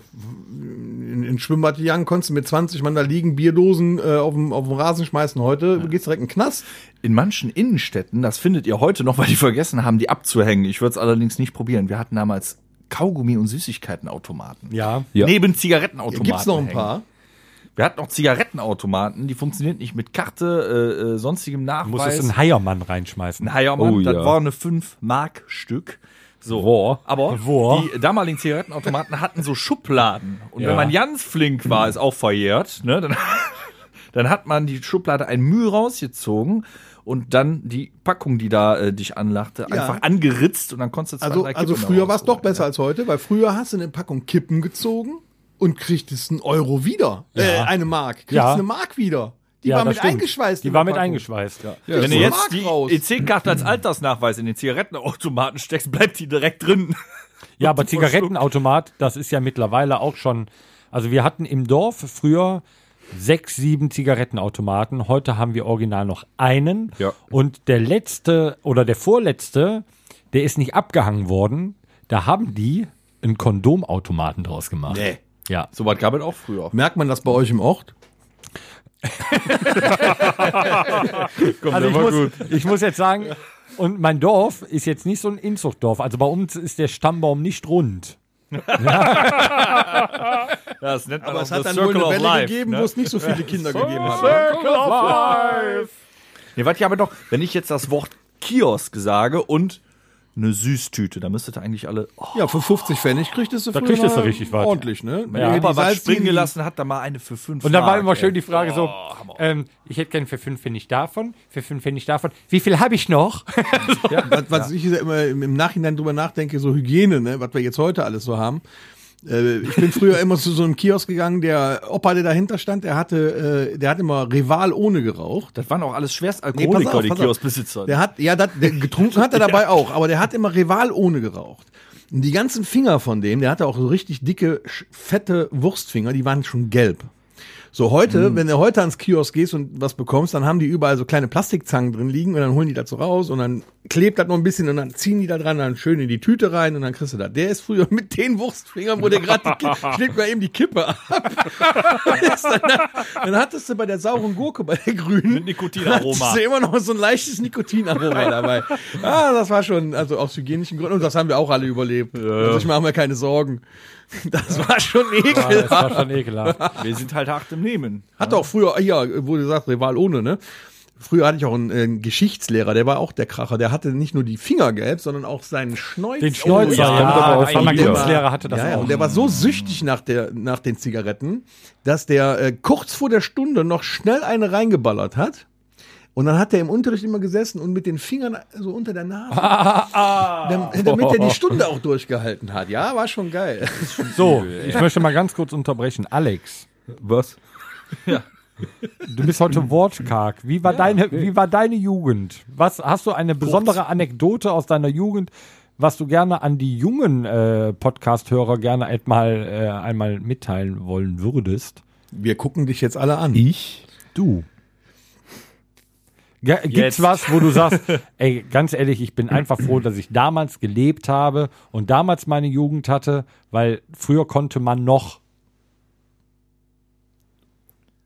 [SPEAKER 5] in, in Schwimmbad gegangen, konntest du mit 20 Mann da liegen, Bierdosen äh, auf dem auf dem Rasen schmeißen. Heute geht's direkt in den Knast.
[SPEAKER 3] In manchen Innenstädten, das findet ihr heute noch, weil die vergessen haben, die abzuhängen. Ich würde es allerdings nicht probieren. Wir hatten damals Kaugummi- und Süßigkeitenautomaten.
[SPEAKER 4] Ja.
[SPEAKER 9] Ja.
[SPEAKER 3] Neben Zigarettenautomaten.
[SPEAKER 5] Gibt's noch ein
[SPEAKER 3] hängen.
[SPEAKER 5] paar?
[SPEAKER 3] Wir hatten auch Zigarettenautomaten, die funktioniert nicht mit Karte, äh, äh, sonstigem Nachweis.
[SPEAKER 4] Muss es einen Heiermann reinschmeißen.
[SPEAKER 3] Ein Heiermann,
[SPEAKER 9] Oh,
[SPEAKER 3] das
[SPEAKER 9] ja.
[SPEAKER 3] war eine 5-Mark-Stück. So.
[SPEAKER 4] Boah.
[SPEAKER 3] Aber
[SPEAKER 4] Boah.
[SPEAKER 3] die damaligen Zigarettenautomaten hatten so Schubladen. Und
[SPEAKER 4] Ja.
[SPEAKER 3] wenn man ganz flink war, ist auch verjährt, ne, dann, *laughs* dann hat man die Schublade ein Mühe rausgezogen und dann die Packung, die da äh, dich anlachte, einfach angeritzt und dann konntest du zwei,
[SPEAKER 5] Also,
[SPEAKER 3] drei
[SPEAKER 5] also
[SPEAKER 3] Kippen
[SPEAKER 5] früher war es doch
[SPEAKER 3] rausholen,
[SPEAKER 5] besser
[SPEAKER 3] ja.
[SPEAKER 5] als heute, weil früher hast du eine Packung Kippen gezogen und kriegtest einen Euro wieder. Äh, eine Mark. Kriegst
[SPEAKER 4] Ja.
[SPEAKER 5] eine Mark wieder. Die
[SPEAKER 4] Ja,
[SPEAKER 5] war
[SPEAKER 4] das
[SPEAKER 5] mit
[SPEAKER 4] stimmt.
[SPEAKER 5] eingeschweißt.
[SPEAKER 4] Die
[SPEAKER 5] in
[SPEAKER 4] war
[SPEAKER 5] der
[SPEAKER 4] mit
[SPEAKER 5] Packung.
[SPEAKER 4] eingeschweißt.
[SPEAKER 5] Ja,
[SPEAKER 3] Wenn du
[SPEAKER 5] so
[SPEAKER 3] jetzt
[SPEAKER 5] Mark
[SPEAKER 3] die
[SPEAKER 5] raus. Mhm.
[SPEAKER 3] EC-Karte als Altersnachweis in den Zigarettenautomaten steckst, bleibt die direkt drin.
[SPEAKER 4] Ja, aber Zigarettenautomat, das ist ja mittlerweile auch schon. Also wir hatten im Dorf früher sechs, sieben Zigarettenautomaten. Heute haben wir original noch einen.
[SPEAKER 9] Ja.
[SPEAKER 4] Und der letzte oder der vorletzte, der ist nicht abgehangen worden. Da haben die einen Kondomautomaten draus gemacht.
[SPEAKER 5] Nee.
[SPEAKER 4] Ja.
[SPEAKER 3] So was gab es auch früher.
[SPEAKER 5] Merkt man das bei euch im Ort?
[SPEAKER 4] Also ich muss, ich muss jetzt sagen, und mein Dorf ist jetzt nicht so ein Inzuchtdorf. Also bei uns ist der Stammbaum nicht rund.
[SPEAKER 3] Das nennt man
[SPEAKER 5] Aber
[SPEAKER 3] auch
[SPEAKER 5] es hat
[SPEAKER 3] the
[SPEAKER 5] dann wohl
[SPEAKER 3] Circle
[SPEAKER 5] eine
[SPEAKER 3] of
[SPEAKER 5] Welle
[SPEAKER 3] Life,
[SPEAKER 5] gegeben,
[SPEAKER 3] ne?
[SPEAKER 5] wo es nicht *laughs* so viele Kinder gegeben hat.
[SPEAKER 3] Circle of Life. Nee, warte, ich aber doch, wenn ich jetzt das Wort Kiosk sage und eine Süßtüte, dann müsstet ihr eigentlich alle. Oh,
[SPEAKER 5] Ja, für 50 Pfennig kriegt es so
[SPEAKER 4] Da kriegt es so richtig was.
[SPEAKER 5] Ordentlich, ne?
[SPEAKER 3] ja,
[SPEAKER 5] Die
[SPEAKER 3] aber was
[SPEAKER 5] Salzinen-
[SPEAKER 3] springen gelassen hat, da mal eine für fünf.
[SPEAKER 6] Und dann war
[SPEAKER 3] Mark,
[SPEAKER 6] immer
[SPEAKER 3] ey.
[SPEAKER 6] schön die Frage so, ähm, ich hätte gerne für fünf Pfennig davon, für fünf Pfennig davon. Wie viel habe ich noch?
[SPEAKER 5] was, was ich immer im im Nachhinein drüber nachdenke, so Hygiene, ne, was wir jetzt heute alles so haben. Äh, Ich bin früher immer zu so einem Kiosk gegangen, der Opa, der dahinter stand, der hatte, äh, der hat immer Rival ohne geraucht.
[SPEAKER 3] Das waren auch alles
[SPEAKER 5] Nee, pass
[SPEAKER 3] Schwerstalkoholiker,
[SPEAKER 5] auf,
[SPEAKER 3] die
[SPEAKER 5] pass auf.
[SPEAKER 3] Kioskbesitzer.
[SPEAKER 5] Der hat, ja, das, der
[SPEAKER 3] *laughs*
[SPEAKER 5] getrunken hat er dabei auch, aber der hat immer Rival ohne geraucht. Und die ganzen Finger von dem, der hatte auch so richtig dicke, sch- fette Wurstfinger, die waren schon gelb. So
[SPEAKER 3] Mhm.
[SPEAKER 5] heute, wenn du heute ans Kiosk gehst und was bekommst, dann haben die überall so kleine Plastikzangen drin liegen und dann holen die das so raus und dann klebt das noch ein bisschen und dann ziehen die da dran und dann schön in die Tüte rein und dann kriegst du das. Der ist früher mit den Wurstfingern, wo der gerade
[SPEAKER 3] *laughs*
[SPEAKER 5] die Ki- schlägt mir eben die Kippe ab. *laughs* Der ist dann, dann hattest du bei der sauren Gurke, bei der grünen,
[SPEAKER 3] Mit Nikotinaroma.
[SPEAKER 5] *laughs* hattest du immer noch so ein leichtes
[SPEAKER 6] *laughs*
[SPEAKER 5] Nikotinaroma dabei. Ah, das war schon, also aus hygienischen Gründen und das haben wir auch alle überlebt. Also ich mache mir keine Sorgen. Das war schon ekelhaft.
[SPEAKER 6] Das war
[SPEAKER 4] *laughs*
[SPEAKER 6] schon ekelhaft.
[SPEAKER 3] Wir sind halt hart im Nehmen.
[SPEAKER 5] Hatte auch früher, ah ja, wo du sagst, Rival ohne, ne? Früher hatte ich auch einen, äh, einen Geschichtslehrer, der war auch der Kracher. Der hatte nicht nur die Finger gelb, sondern auch seinen Schnäuzer.
[SPEAKER 6] Den Schnäuzer,
[SPEAKER 5] Oh,
[SPEAKER 6] ja,
[SPEAKER 9] kommt aber auf
[SPEAKER 6] mein
[SPEAKER 9] Familie.
[SPEAKER 6] Kunstlehrer hatte das
[SPEAKER 5] ja, ja,
[SPEAKER 6] auch.
[SPEAKER 5] und der war so süchtig nach, der, nach den Zigaretten, dass der äh, kurz vor der Stunde noch schnell eine reingeballert hat. Und dann hat er im Unterricht immer gesessen und mit den Fingern so unter der Nase. *laughs* Dam- damit er die Stunde auch durchgehalten hat. Ja, war schon geil.
[SPEAKER 4] So, ich möchte mal ganz kurz unterbrechen. Alex,
[SPEAKER 3] Was?
[SPEAKER 4] du bist heute wortkarg. Wie war, deine, wie war deine Jugend? Was Hast du eine besondere Anekdote aus deiner Jugend, was du gerne an die jungen äh, Podcast-Hörer gerne einmal, äh, einmal mitteilen wollen würdest?
[SPEAKER 5] Wir gucken dich jetzt alle an.
[SPEAKER 4] Ich? Du. G gibt's
[SPEAKER 3] Jetzt.
[SPEAKER 4] was, wo du sagst, ey, ganz ehrlich, ich bin einfach froh, dass ich damals gelebt habe und damals meine Jugend hatte, weil früher konnte man noch.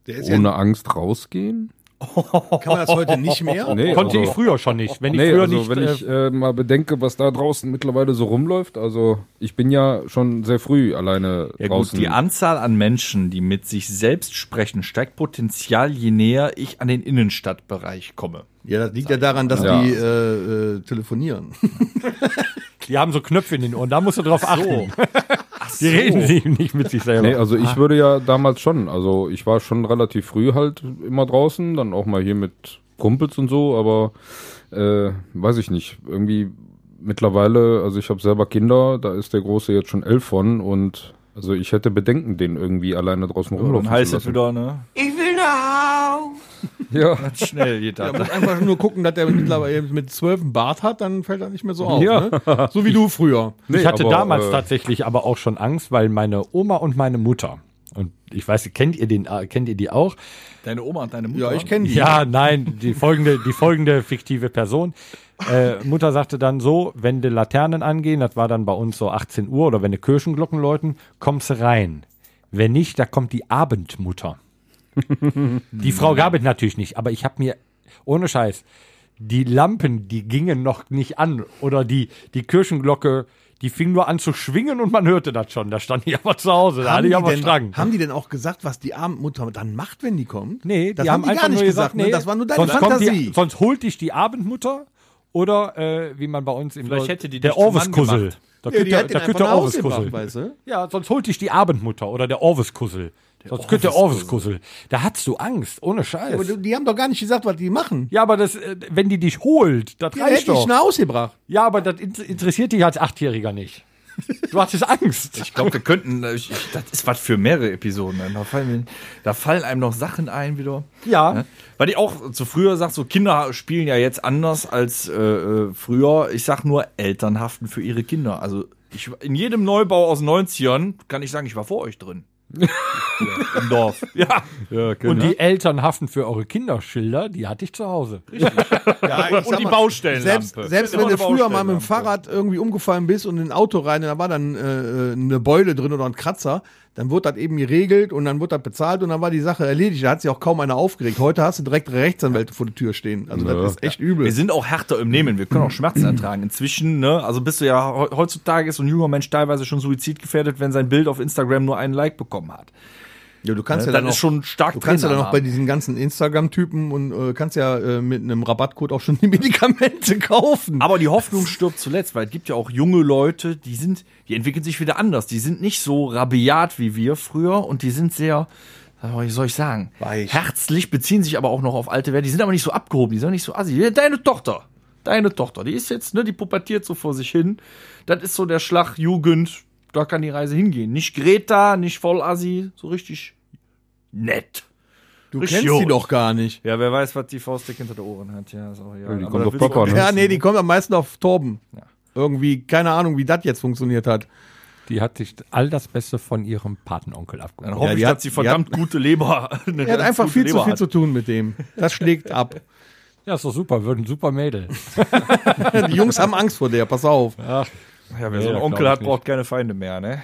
[SPEAKER 5] Der ist ja,
[SPEAKER 9] Ohne Angst rausgehen?
[SPEAKER 5] kann man das heute nicht *laughs* mehr?
[SPEAKER 9] Nee,
[SPEAKER 4] Konnte
[SPEAKER 9] also-
[SPEAKER 4] ich früher schon nicht. Wenn ich
[SPEAKER 9] nee,
[SPEAKER 4] früher
[SPEAKER 9] also
[SPEAKER 4] nicht.
[SPEAKER 9] wenn
[SPEAKER 4] äh,
[SPEAKER 9] ich äh, mal bedenke, was da draußen mittlerweile so rumläuft, also ich bin ja schon sehr früh alleine
[SPEAKER 3] Ja gut,
[SPEAKER 9] draußen.
[SPEAKER 3] die Anzahl an Menschen, die mit sich selbst sprechen, steigt potenziell, je näher ich an den Innenstadtbereich komme.
[SPEAKER 5] Ja, das liegt ja daran, dass
[SPEAKER 9] Ja.
[SPEAKER 5] die äh, äh, *laughs* telefonieren.
[SPEAKER 4] die haben so Knöpfe in den Ohren, da musst du drauf achten. Die reden sie nicht mit sich selber.
[SPEAKER 9] Nee, also ich würde ja damals schon, also ich war schon relativ früh halt immer draußen, dann auch mal hier mit Kumpels und so, aber äh, weiß ich nicht, irgendwie mittlerweile, also ich habe selber Kinder, da ist der Große jetzt schon elf von und also ich hätte Bedenken, den irgendwie alleine draußen rumlaufen
[SPEAKER 3] Dann heißt
[SPEAKER 9] zu
[SPEAKER 3] es
[SPEAKER 9] lassen.
[SPEAKER 3] wieder, ne?
[SPEAKER 9] Ja,
[SPEAKER 3] Schnell geht
[SPEAKER 5] Da
[SPEAKER 3] das.
[SPEAKER 5] muss einfach nur gucken, dass der mittlerweile mit zwölf einen Bart hat, dann fällt er nicht mehr so auf. Ne? So wie du früher.
[SPEAKER 9] nee,
[SPEAKER 4] ich hatte
[SPEAKER 9] aber,
[SPEAKER 4] damals
[SPEAKER 9] äh,
[SPEAKER 4] tatsächlich aber auch schon Angst, weil meine Oma und meine Mutter und ich weiß, kennt ihr den, äh, kennt ihr die auch?
[SPEAKER 3] Deine Oma und deine Mutter.
[SPEAKER 5] Ja, ich kenne die.
[SPEAKER 4] Ja, nein, die folgende, die folgende fiktive Person. Äh, Mutter sagte dann so, wenn die Laternen angehen, das war dann bei uns so 18 Uhr oder wenn die Kirchenglocken läuten, kommst du rein. Wenn nicht, da kommt die Abendmutter. die Frau gab es natürlich nicht, aber ich habe mir, ohne Scheiß, die Lampen, die gingen noch nicht an oder die, die Kirchenglocke, die fing nur an zu schwingen und man hörte das schon. Da stand ich aber zu Hause, da hatte ich aber
[SPEAKER 5] denn,
[SPEAKER 4] Strang.
[SPEAKER 5] haben die denn auch gesagt, was die Abendmutter dann macht, wenn die kommt?
[SPEAKER 4] Nee,
[SPEAKER 5] das
[SPEAKER 4] die haben, einfach
[SPEAKER 5] gar nicht
[SPEAKER 4] nur gesagt,
[SPEAKER 5] ne?
[SPEAKER 4] nee,
[SPEAKER 5] das war nur deine
[SPEAKER 4] sonst kommt
[SPEAKER 5] Fantasie.
[SPEAKER 4] Die, sonst holt dich die Abendmutter oder äh, wie man bei uns im
[SPEAKER 3] Vielleicht hätte die
[SPEAKER 4] der
[SPEAKER 3] dich zum Mann
[SPEAKER 4] Orvis-Kussel.
[SPEAKER 3] gemacht.
[SPEAKER 4] Da
[SPEAKER 5] Ja,
[SPEAKER 4] könnte
[SPEAKER 5] die
[SPEAKER 4] der-
[SPEAKER 5] hat den
[SPEAKER 4] da
[SPEAKER 5] einfach
[SPEAKER 4] könnte der
[SPEAKER 5] nach Hause gebracht,
[SPEAKER 4] Orvis-Kussel.
[SPEAKER 5] weißt du?
[SPEAKER 4] Ja, sonst holt dich die Abendmutter oder der Orvis-Kussel. Sonst könnte der Orvis-Kussel. Da hast du Angst, ohne Scheiß. Ja, aber,
[SPEAKER 5] Aber du- die haben doch gar nicht gesagt, was die machen.
[SPEAKER 4] das, äh, wenn die dich holt, das
[SPEAKER 5] Die
[SPEAKER 4] reicht
[SPEAKER 5] hätte ich
[SPEAKER 4] doch.
[SPEAKER 5] nach Hause gebracht.
[SPEAKER 4] Ja, aber das in- interessiert dich als Achtjähriger nicht. Du hattest Angst.
[SPEAKER 3] Ich glaube, wir könnten, äh, ich, ich, das ist was für mehrere Episoden. ne? Da fallen, da fallen einem noch Sachen ein wieder.
[SPEAKER 4] Ja.
[SPEAKER 3] Ne? Weil ich auch zu früher sag, so Kinder spielen ja jetzt anders als äh, äh, früher. Ich sag nur, Eltern haften für ihre Kinder. Also ich, in jedem Neubau aus den 90ern kann ich sagen, ich war vor euch
[SPEAKER 5] *laughs*
[SPEAKER 3] drin. ja, Im Dorf. Ja.
[SPEAKER 4] Und die Eltern haften für eure Kinderschilder, die hatte ich zu Hause.
[SPEAKER 5] Ja, ich sag
[SPEAKER 3] Und die
[SPEAKER 5] mal,
[SPEAKER 3] Baustellenlampe. Genau,
[SPEAKER 5] Selbst, selbst wenn du früher mal mit dem
[SPEAKER 3] Fahrrad
[SPEAKER 5] Fahrrad irgendwie umgefallen bist und in ein Auto rein und da war dann äh, eine Beule drin oder ein Kratzer, Dann wird das eben geregelt und dann wird das bezahlt und dann war die Sache erledigt. Da hat sich auch kaum einer aufgeregt. Heute hast du direkt Rechtsanwälte vor der Tür stehen. Also
[SPEAKER 9] Ja.
[SPEAKER 5] das ist echt übel.
[SPEAKER 3] Wir sind auch härter im Nehmen, wir können auch
[SPEAKER 5] Mhm.
[SPEAKER 3] Schmerzen ertragen. Inzwischen, ne, also bist du ja, he- heutzutage ist so ein junger Mensch teilweise schon suizidgefährdet, wenn sein Bild auf Instagram nur einen Like bekommen hat.
[SPEAKER 5] Ja, du kannst
[SPEAKER 3] Ne,
[SPEAKER 5] ja
[SPEAKER 3] dann
[SPEAKER 5] dann
[SPEAKER 3] ist
[SPEAKER 5] auch-
[SPEAKER 3] schon stark
[SPEAKER 5] Du kannst ja
[SPEAKER 3] Trainer
[SPEAKER 5] dann auch bei
[SPEAKER 3] haben.
[SPEAKER 5] diesen ganzen Instagram-Typen und äh, kannst ja äh, mit einem Rabattcode auch schon die *laughs* Medikamente
[SPEAKER 3] *laughs*
[SPEAKER 5] kaufen.
[SPEAKER 3] Aber die Hoffnung stirbt zuletzt, weil es gibt ja auch junge Leute, die sind, die entwickeln sich wieder anders. Die sind nicht so rabiat wie wir früher und die sind sehr, wie soll ich sagen,
[SPEAKER 5] Weich.
[SPEAKER 3] herzlich, beziehen sich aber auch noch auf alte Werte. Die sind aber nicht so abgehoben, die sind nicht so assi. Ja, Deine Tochter, deine Tochter, die ist jetzt, ne, die pubertiert so vor sich hin. Das ist so der Schlag Jugend, da kann die Reise hingehen. Nicht Greta, nicht voll assi, so richtig nett.
[SPEAKER 5] du
[SPEAKER 3] richtig
[SPEAKER 5] kennst die
[SPEAKER 3] gut.
[SPEAKER 5] doch gar nicht. *laughs*
[SPEAKER 3] Ja, wer weiß, was die Faustdick hinter den Ohren hat. Ja, ist auch egal.
[SPEAKER 9] Ja, die
[SPEAKER 3] Aber
[SPEAKER 9] kommt
[SPEAKER 3] das
[SPEAKER 9] auf
[SPEAKER 3] will ich auch
[SPEAKER 9] Papa,
[SPEAKER 3] nicht
[SPEAKER 9] ne?
[SPEAKER 5] Ja,
[SPEAKER 3] wissen.
[SPEAKER 5] nee, die kommen am meisten auf Torben. Irgendwie, keine Ahnung, wie das jetzt funktioniert hat.
[SPEAKER 4] Die hat sich all das Beste von ihrem Patenonkel abgeholt.
[SPEAKER 3] Dann hoffe
[SPEAKER 5] Ja, die
[SPEAKER 3] ich,
[SPEAKER 5] hat-
[SPEAKER 3] dass sie verdammt gute Leber. *laughs* Eine
[SPEAKER 5] Er hat
[SPEAKER 3] ganz
[SPEAKER 5] einfach
[SPEAKER 3] gute
[SPEAKER 5] viel zu
[SPEAKER 3] Leber
[SPEAKER 5] viel
[SPEAKER 3] hat.
[SPEAKER 5] zu tun mit dem. Das schlägt ab. *laughs*
[SPEAKER 4] Ja, ist doch super, wird ein
[SPEAKER 3] *laughs*
[SPEAKER 4] super Mädel.
[SPEAKER 5] Die Jungs haben Angst vor der, pass auf.
[SPEAKER 3] Ja, wer
[SPEAKER 4] Nee,
[SPEAKER 3] so einen
[SPEAKER 4] das
[SPEAKER 3] Onkel
[SPEAKER 4] glaub ich
[SPEAKER 3] hat,
[SPEAKER 4] nicht.
[SPEAKER 3] braucht keine Feinde mehr, ne?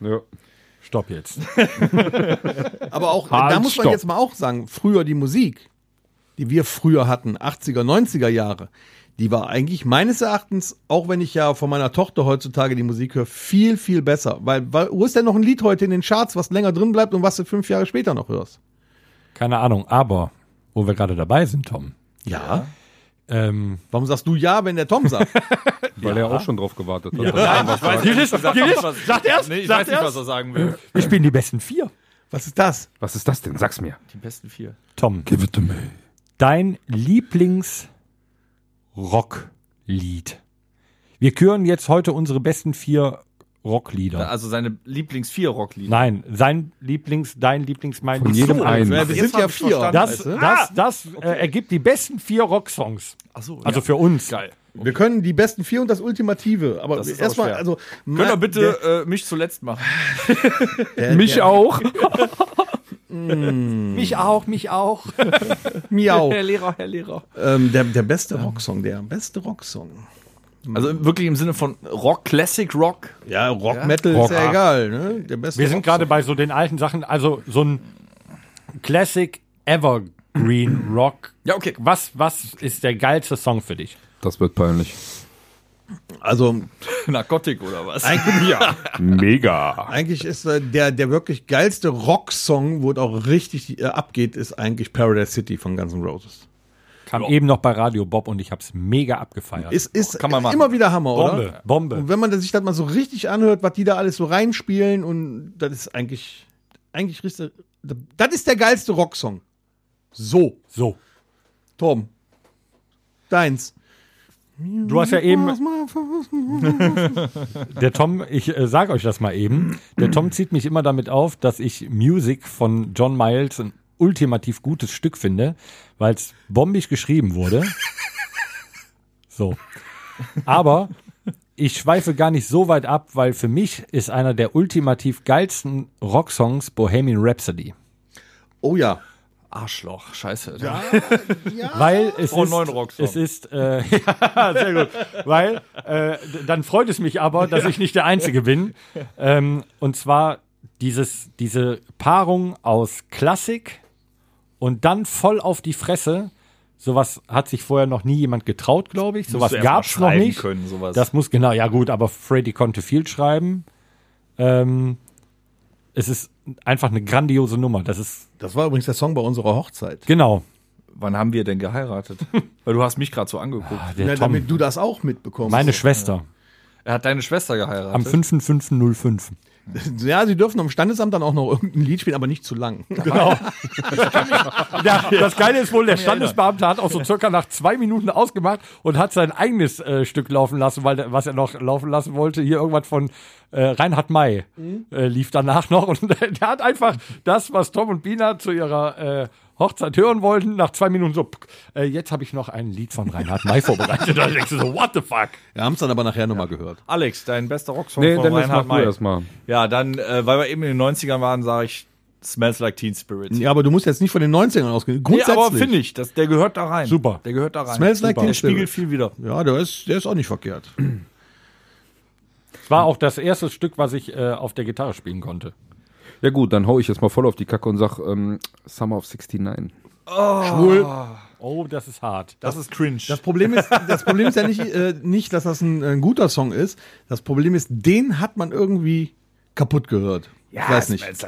[SPEAKER 9] Ja.
[SPEAKER 4] Stopp jetzt.
[SPEAKER 5] Aber auch,
[SPEAKER 4] Halt,
[SPEAKER 5] da muss man
[SPEAKER 4] stopp.
[SPEAKER 5] jetzt mal auch sagen, früher die Musik, die wir früher hatten, 80er, 90er Jahre, die war eigentlich meines Erachtens, auch wenn ich ja von meiner Tochter heutzutage die Musik höre, viel, viel besser. Weil, weil wo ist denn noch ein Lied heute in den Charts, was länger drin bleibt und was du fünf Jahre später noch hörst?
[SPEAKER 4] Keine Ahnung, aber wo wir gerade dabei sind, Tom.
[SPEAKER 5] Ja.
[SPEAKER 4] Ähm,
[SPEAKER 5] Warum sagst du ja, wenn der Tom
[SPEAKER 3] *laughs*
[SPEAKER 5] sagt?
[SPEAKER 9] Weil er auch schon drauf gewartet hat. Also
[SPEAKER 3] ich weiß nicht, was sagt erst, nee, ich weiß nicht, was er sagen will.
[SPEAKER 4] wir spielen die besten vier.
[SPEAKER 5] was ist das?
[SPEAKER 9] Was ist das denn? Sag's mir.
[SPEAKER 3] Die besten vier.
[SPEAKER 4] Tom,
[SPEAKER 9] Give it to me.
[SPEAKER 4] dein Lieblings-Rocklied. Wir küren jetzt heute unsere besten vier Rocklieder.
[SPEAKER 3] Also seine Lieblings vier Rocklieder.
[SPEAKER 4] Nein, sein Lieblings, dein Lieblings, mein
[SPEAKER 9] Von jedem einen.
[SPEAKER 5] Wir
[SPEAKER 3] jetzt
[SPEAKER 5] sind ja
[SPEAKER 3] hab ich
[SPEAKER 5] vier.
[SPEAKER 3] verstanden.
[SPEAKER 4] Das,
[SPEAKER 5] weißt du?
[SPEAKER 3] Ah!
[SPEAKER 4] das, das äh, ergibt die besten vier Rocksongs.
[SPEAKER 3] Achso,
[SPEAKER 4] Also für uns.
[SPEAKER 3] geil.
[SPEAKER 5] wir können die besten vier und das Ultimative. Aber
[SPEAKER 3] Das ist aber
[SPEAKER 5] erstmal,
[SPEAKER 3] schwer.
[SPEAKER 5] also.
[SPEAKER 3] Könnt
[SPEAKER 5] ma-
[SPEAKER 3] ihr bitte äh, mich zuletzt *laughs* machen?
[SPEAKER 5] der,
[SPEAKER 4] Mich
[SPEAKER 5] der,
[SPEAKER 4] auch. mich auch, mich auch.
[SPEAKER 3] *laughs*
[SPEAKER 5] Miau.
[SPEAKER 3] Lehrer, *laughs* Herr Lehrer.
[SPEAKER 5] ähm, der, der beste Rocksong, der beste Rocksong.
[SPEAKER 3] Also wirklich im Sinne von Rock, Classic Rock.
[SPEAKER 5] Ja, Rock Metal
[SPEAKER 4] Rock.
[SPEAKER 5] ist ja egal, ne? Der beste
[SPEAKER 4] Wir sind
[SPEAKER 5] Rocksong.
[SPEAKER 4] gerade bei so den alten Sachen, also so ein Classic Evergreen Rock.
[SPEAKER 3] Ja, okay.
[SPEAKER 4] Was, was ist der geilste Song für dich?
[SPEAKER 9] Das wird peinlich.
[SPEAKER 5] Also
[SPEAKER 3] *laughs* Narkotik oder was?
[SPEAKER 5] eigentlich, ja.
[SPEAKER 9] Mega.
[SPEAKER 5] eigentlich ist äh, der, der wirklich geilste Rocksong, wo es auch richtig äh, abgeht, ist eigentlich Paradise City von Guns N' Roses.
[SPEAKER 4] Kam eben noch bei Radio Bob und ich hab's mega abgefeiert.
[SPEAKER 5] Ist, ist
[SPEAKER 3] Kann man machen.
[SPEAKER 5] immer wieder Hammer,
[SPEAKER 4] Bombe,
[SPEAKER 5] oder?
[SPEAKER 4] Bombe.
[SPEAKER 5] Und wenn man das- sich das mal so richtig anhört, was die da alles so reinspielen und das ist eigentlich, eigentlich richtig, das ist der geilste Rocksong. So,
[SPEAKER 4] So.
[SPEAKER 5] Tom, deins.
[SPEAKER 4] Du hast ja eben, *laughs* der Tom, ich äh, sag euch das mal eben, der Tom zieht mich immer damit auf, dass ich Music von John Miles ein ultimativ gutes Stück finde, weil es bombig geschrieben wurde. So. Aber ich schweife gar nicht so weit ab, weil für mich ist einer der ultimativ geilsten Rocksongs Bohemian Rhapsody.
[SPEAKER 5] Oh ja.
[SPEAKER 3] Arschloch, scheiße.
[SPEAKER 4] Weil es
[SPEAKER 3] Oh,
[SPEAKER 4] ist,
[SPEAKER 3] neun Rocksong.
[SPEAKER 4] es ist äh, *laughs* ja, sehr gut. Weil äh, d- dann freut es mich aber, dass ich nicht der Einzige bin. Ähm, und zwar dieses, diese Paarung aus Klassik und dann voll auf die Fresse. Sowas hat sich vorher noch nie jemand getraut, glaube ich. Sowas
[SPEAKER 3] du erst mal
[SPEAKER 4] gab's noch
[SPEAKER 3] schreiben
[SPEAKER 4] nicht.
[SPEAKER 3] können, sowas.
[SPEAKER 4] Das muss genau, ja gut, aber Freddy konnte viel schreiben. Ähm, es ist einfach eine grandiose Nummer. Das ist
[SPEAKER 5] Das war übrigens der Song bei unserer Hochzeit.
[SPEAKER 4] genau.
[SPEAKER 3] Wann haben wir denn geheiratet? Weil du hast mich gerade so angeguckt.
[SPEAKER 4] Ah, Der
[SPEAKER 5] Ja,
[SPEAKER 4] Tom,
[SPEAKER 5] damit du das auch mitbekommst. *laughs*
[SPEAKER 4] meine Schwester.
[SPEAKER 3] Er hat deine Schwester geheiratet.
[SPEAKER 4] Am 5.5.05.
[SPEAKER 5] ja, sie dürfen am Standesamt dann auch noch irgendein Lied spielen, aber nicht zu lang.
[SPEAKER 4] *laughs* Ja, das Geile ist wohl, der Standesbeamte hat auch so circa nach zwei Minuten ausgemacht und hat sein eigenes äh, Stück laufen lassen, weil der- was er noch laufen lassen wollte, hier irgendwas von äh, Reinhard May äh, lief danach *laughs* noch und der hat einfach das, was Tom und Bina zu ihrer äh, Hochzeit hören wollten, nach zwei Minuten so, pck, äh, jetzt habe ich noch ein Lied von Reinhard May vorbereitet. *laughs* da denkst du so, what the fuck?
[SPEAKER 5] Wir haben es dann aber nachher nochmal gehört.
[SPEAKER 3] Alex, dein bester Rocksong
[SPEAKER 9] Nee,
[SPEAKER 3] von
[SPEAKER 9] Dennis,
[SPEAKER 3] Reinhard
[SPEAKER 9] mach du
[SPEAKER 3] May.
[SPEAKER 9] erstmal.
[SPEAKER 3] Ja, dann, äh, weil wir eben in den 90ern waren, sage ich, Smells Like Teen Spirit.
[SPEAKER 5] Ja, aber du musst jetzt nicht von den 90ern ausgehen.
[SPEAKER 3] Nee,
[SPEAKER 5] Grundsätzlich.
[SPEAKER 3] aber finde ich, das, der gehört da rein.
[SPEAKER 4] Super.
[SPEAKER 3] Der gehört da rein.
[SPEAKER 5] Smells Like
[SPEAKER 3] Super.
[SPEAKER 5] Teen
[SPEAKER 3] Der spiegelt
[SPEAKER 5] Spirit.
[SPEAKER 3] viel wieder.
[SPEAKER 5] Ja, der ist, der ist auch nicht verkehrt.
[SPEAKER 4] Es war auch das erste Stück, was ich äh, auf der Gitarre spielen konnte.
[SPEAKER 9] Ja gut, dann hau ich jetzt mal voll auf die Kacke und sag ähm, Summer of 69.
[SPEAKER 4] Oh, das ist hart.
[SPEAKER 3] Das ist cringe.
[SPEAKER 5] Das Problem ist, das Problem ist ja nicht, äh, nicht dass das ein, ein guter Song ist. Das Problem ist, den hat man irgendwie kaputt gehört. ich weiß nicht.
[SPEAKER 9] Ja, Smells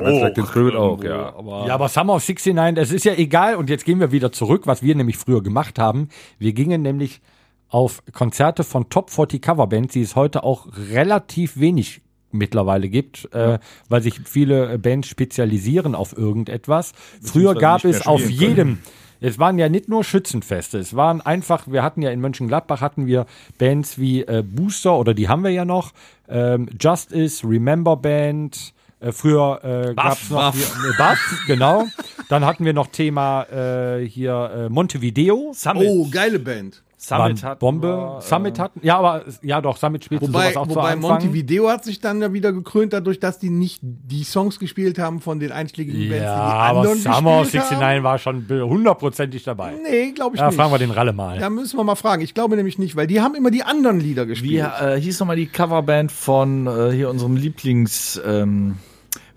[SPEAKER 3] oh,
[SPEAKER 9] Like Teen Spirit auch, ja.
[SPEAKER 4] Ja, aber Summer of 69, das ist ja egal. Und jetzt gehen wir wieder zurück, was wir nämlich früher gemacht haben. Wir gingen nämlich auf Konzerte von Top 40 Coverbands, die es heute auch relativ wenig mittlerweile gibt, äh, weil sich viele Bands spezialisieren auf irgendetwas. Früher gab
[SPEAKER 3] nicht mehr
[SPEAKER 4] es auf
[SPEAKER 3] spielen
[SPEAKER 4] jedem es waren ja nicht nur Schützenfeste, es waren einfach, wir hatten ja in Mönchengladbach hatten wir Bands wie äh, Booster oder die haben wir ja noch, ähm, Justice, Remember Band, äh, früher äh, gab es noch hier, äh, Buff, genau. Dann hatten wir noch Thema äh, hier äh, Montevideo,
[SPEAKER 3] Summit.
[SPEAKER 5] Oh, geile Band.
[SPEAKER 4] waren
[SPEAKER 3] Summit hat äh,
[SPEAKER 4] Bombe, Summit hatten, ja, aber ja doch, Summit spielte
[SPEAKER 5] Wobei,
[SPEAKER 4] sowas auch zu
[SPEAKER 5] wobei
[SPEAKER 4] Anfang.
[SPEAKER 5] Montevideo hat sich dann ja wieder gekrönt dadurch, dass die nicht die Songs gespielt haben von den einschlägigen Bands,
[SPEAKER 4] ja,
[SPEAKER 5] die die
[SPEAKER 4] aber Summer of
[SPEAKER 5] gespielt
[SPEAKER 4] 69
[SPEAKER 5] haben.
[SPEAKER 4] war schon be- hundertprozentig dabei.
[SPEAKER 5] Nee, glaube ich
[SPEAKER 4] Ja,
[SPEAKER 5] nicht.
[SPEAKER 4] fragen wir den Ralle mal.
[SPEAKER 5] Da müssen wir mal fragen. Ich glaube nämlich nicht, weil die haben immer die anderen Lieder gespielt.
[SPEAKER 3] Wie äh, hieß nochmal die Coverband von äh, hier unserem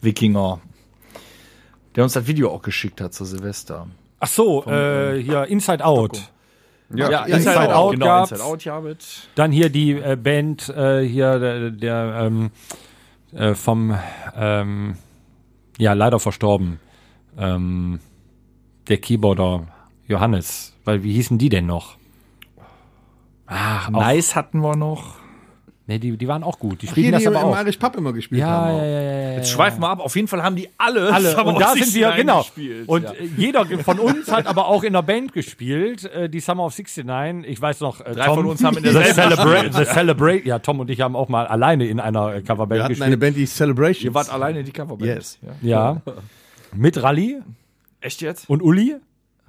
[SPEAKER 3] Lieblings-Wikinger, der uns das Video auch geschickt hat zu Silvester?
[SPEAKER 4] Ach so, äh, hier Inside Out.
[SPEAKER 9] Ja,
[SPEAKER 5] ja,
[SPEAKER 4] halt
[SPEAKER 5] halt Inside Out
[SPEAKER 3] genau,
[SPEAKER 4] gab's.
[SPEAKER 3] Inside Out, ja, mit.
[SPEAKER 4] Dann hier die äh, Band äh, hier der, der ähm, äh, vom ähm, ja leider verstorben ähm, der Keyboarder Johannes, weil wie hießen die denn noch? Ach, auch,
[SPEAKER 3] Nice hatten wir noch.
[SPEAKER 4] nee, die, die waren auch gut. Die
[SPEAKER 5] Hier,
[SPEAKER 4] spielen
[SPEAKER 5] die
[SPEAKER 4] das
[SPEAKER 5] im
[SPEAKER 4] aber auch.
[SPEAKER 5] Irish Pub immer gespielt
[SPEAKER 4] Ja,
[SPEAKER 5] haben.
[SPEAKER 4] ja, ja, ja, ja.
[SPEAKER 3] Jetzt schweifen wir ab. Auf jeden Fall haben die alle. *laughs*
[SPEAKER 4] alle.
[SPEAKER 3] Summer
[SPEAKER 4] Und
[SPEAKER 3] of
[SPEAKER 4] da sind wir,
[SPEAKER 3] 69
[SPEAKER 4] genau.
[SPEAKER 3] gespielt,
[SPEAKER 4] und
[SPEAKER 3] ja.
[SPEAKER 4] äh, jeder von uns hat aber auch in einer Band gespielt, äh, die Summer of 69. Ich weiß noch, äh,
[SPEAKER 3] Drei
[SPEAKER 4] Tom, halt
[SPEAKER 3] von uns haben in
[SPEAKER 4] *laughs* The
[SPEAKER 3] derselben
[SPEAKER 4] Celebrate, The Celebrate, ja, Tom und ich haben auch mal alleine in einer äh,
[SPEAKER 5] Wir
[SPEAKER 4] Coverband
[SPEAKER 5] hatten eine
[SPEAKER 4] gespielt.
[SPEAKER 5] Band, die hieß Celebration.
[SPEAKER 3] Ihr wart alleine die Coverband.
[SPEAKER 5] Yes.
[SPEAKER 3] Ja.
[SPEAKER 4] Ja. Mit Rally
[SPEAKER 3] Echt jetzt?
[SPEAKER 4] und Uli.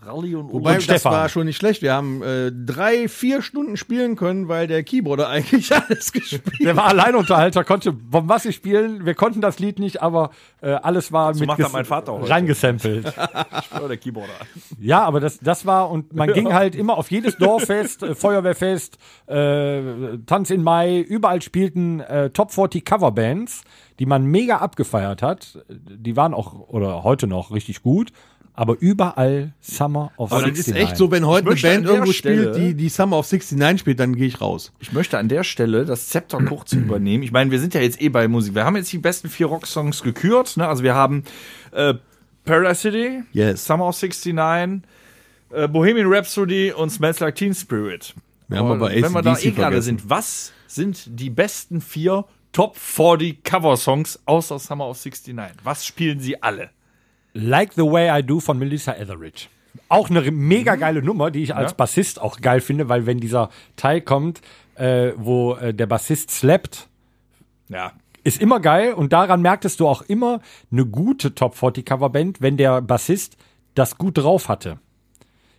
[SPEAKER 3] Rally und
[SPEAKER 5] Wobei,
[SPEAKER 4] und
[SPEAKER 5] das
[SPEAKER 4] Stefan.
[SPEAKER 5] war schon nicht schlecht. Wir haben äh, drei, vier Stunden spielen können, weil der Keyboarder *laughs* eigentlich alles gespielt
[SPEAKER 4] Der war Alleinunterhalter, konnte Bombassi spielen. Wir konnten das Lied nicht, aber äh, alles war mit
[SPEAKER 3] macht das
[SPEAKER 4] ges-
[SPEAKER 3] mein Vater heute.
[SPEAKER 4] reingesampelt.
[SPEAKER 3] Ober der Keyboarder.
[SPEAKER 4] Ja, aber das, das war, und man ging halt immer auf jedes Dorffest, äh, Feuerwehrfest, äh, Tanz in Mai, überall spielten äh, Top 40 Coverbands, die man mega abgefeiert hat. Die waren auch, oder heute noch, richtig gut, aber überall Summer of
[SPEAKER 5] Aber das ist echt so, wenn heute eine
[SPEAKER 3] möchte an
[SPEAKER 5] Band
[SPEAKER 3] der
[SPEAKER 5] irgendwo
[SPEAKER 3] Stelle-
[SPEAKER 5] spielt, die, die Summer of 69 spielt, dann gehe ich raus.
[SPEAKER 3] Ich möchte an der Stelle das Zepter kurz übernehmen. Ich meine, wir sind ja jetzt eh bei Musik. Wir haben jetzt die besten vier Rocksongs gekürt. Ne? Also wir haben äh, Paradise City,
[SPEAKER 5] Yes.
[SPEAKER 3] Summer of 69, äh, Bohemian Rhapsody und Smells Like Teen Spirit.
[SPEAKER 5] Wir haben aber
[SPEAKER 3] wenn wir da
[SPEAKER 5] AC/DC
[SPEAKER 3] eh gerade
[SPEAKER 5] vergessen.
[SPEAKER 3] sind, was sind die besten vier Top 40 Cover-Songs außer Summer of 69? Was spielen sie alle?
[SPEAKER 4] Like the Way I Do von Melissa Etheridge. Auch eine re- mega geile Nummer, die ich als Bassist auch geil finde, weil wenn dieser Teil kommt, äh, wo äh, der Bassist slappt,
[SPEAKER 3] Ja.
[SPEAKER 4] ist immer geil und daran merktest du auch immer eine gute Top 40 Coverband, wenn der Bassist das gut drauf hatte.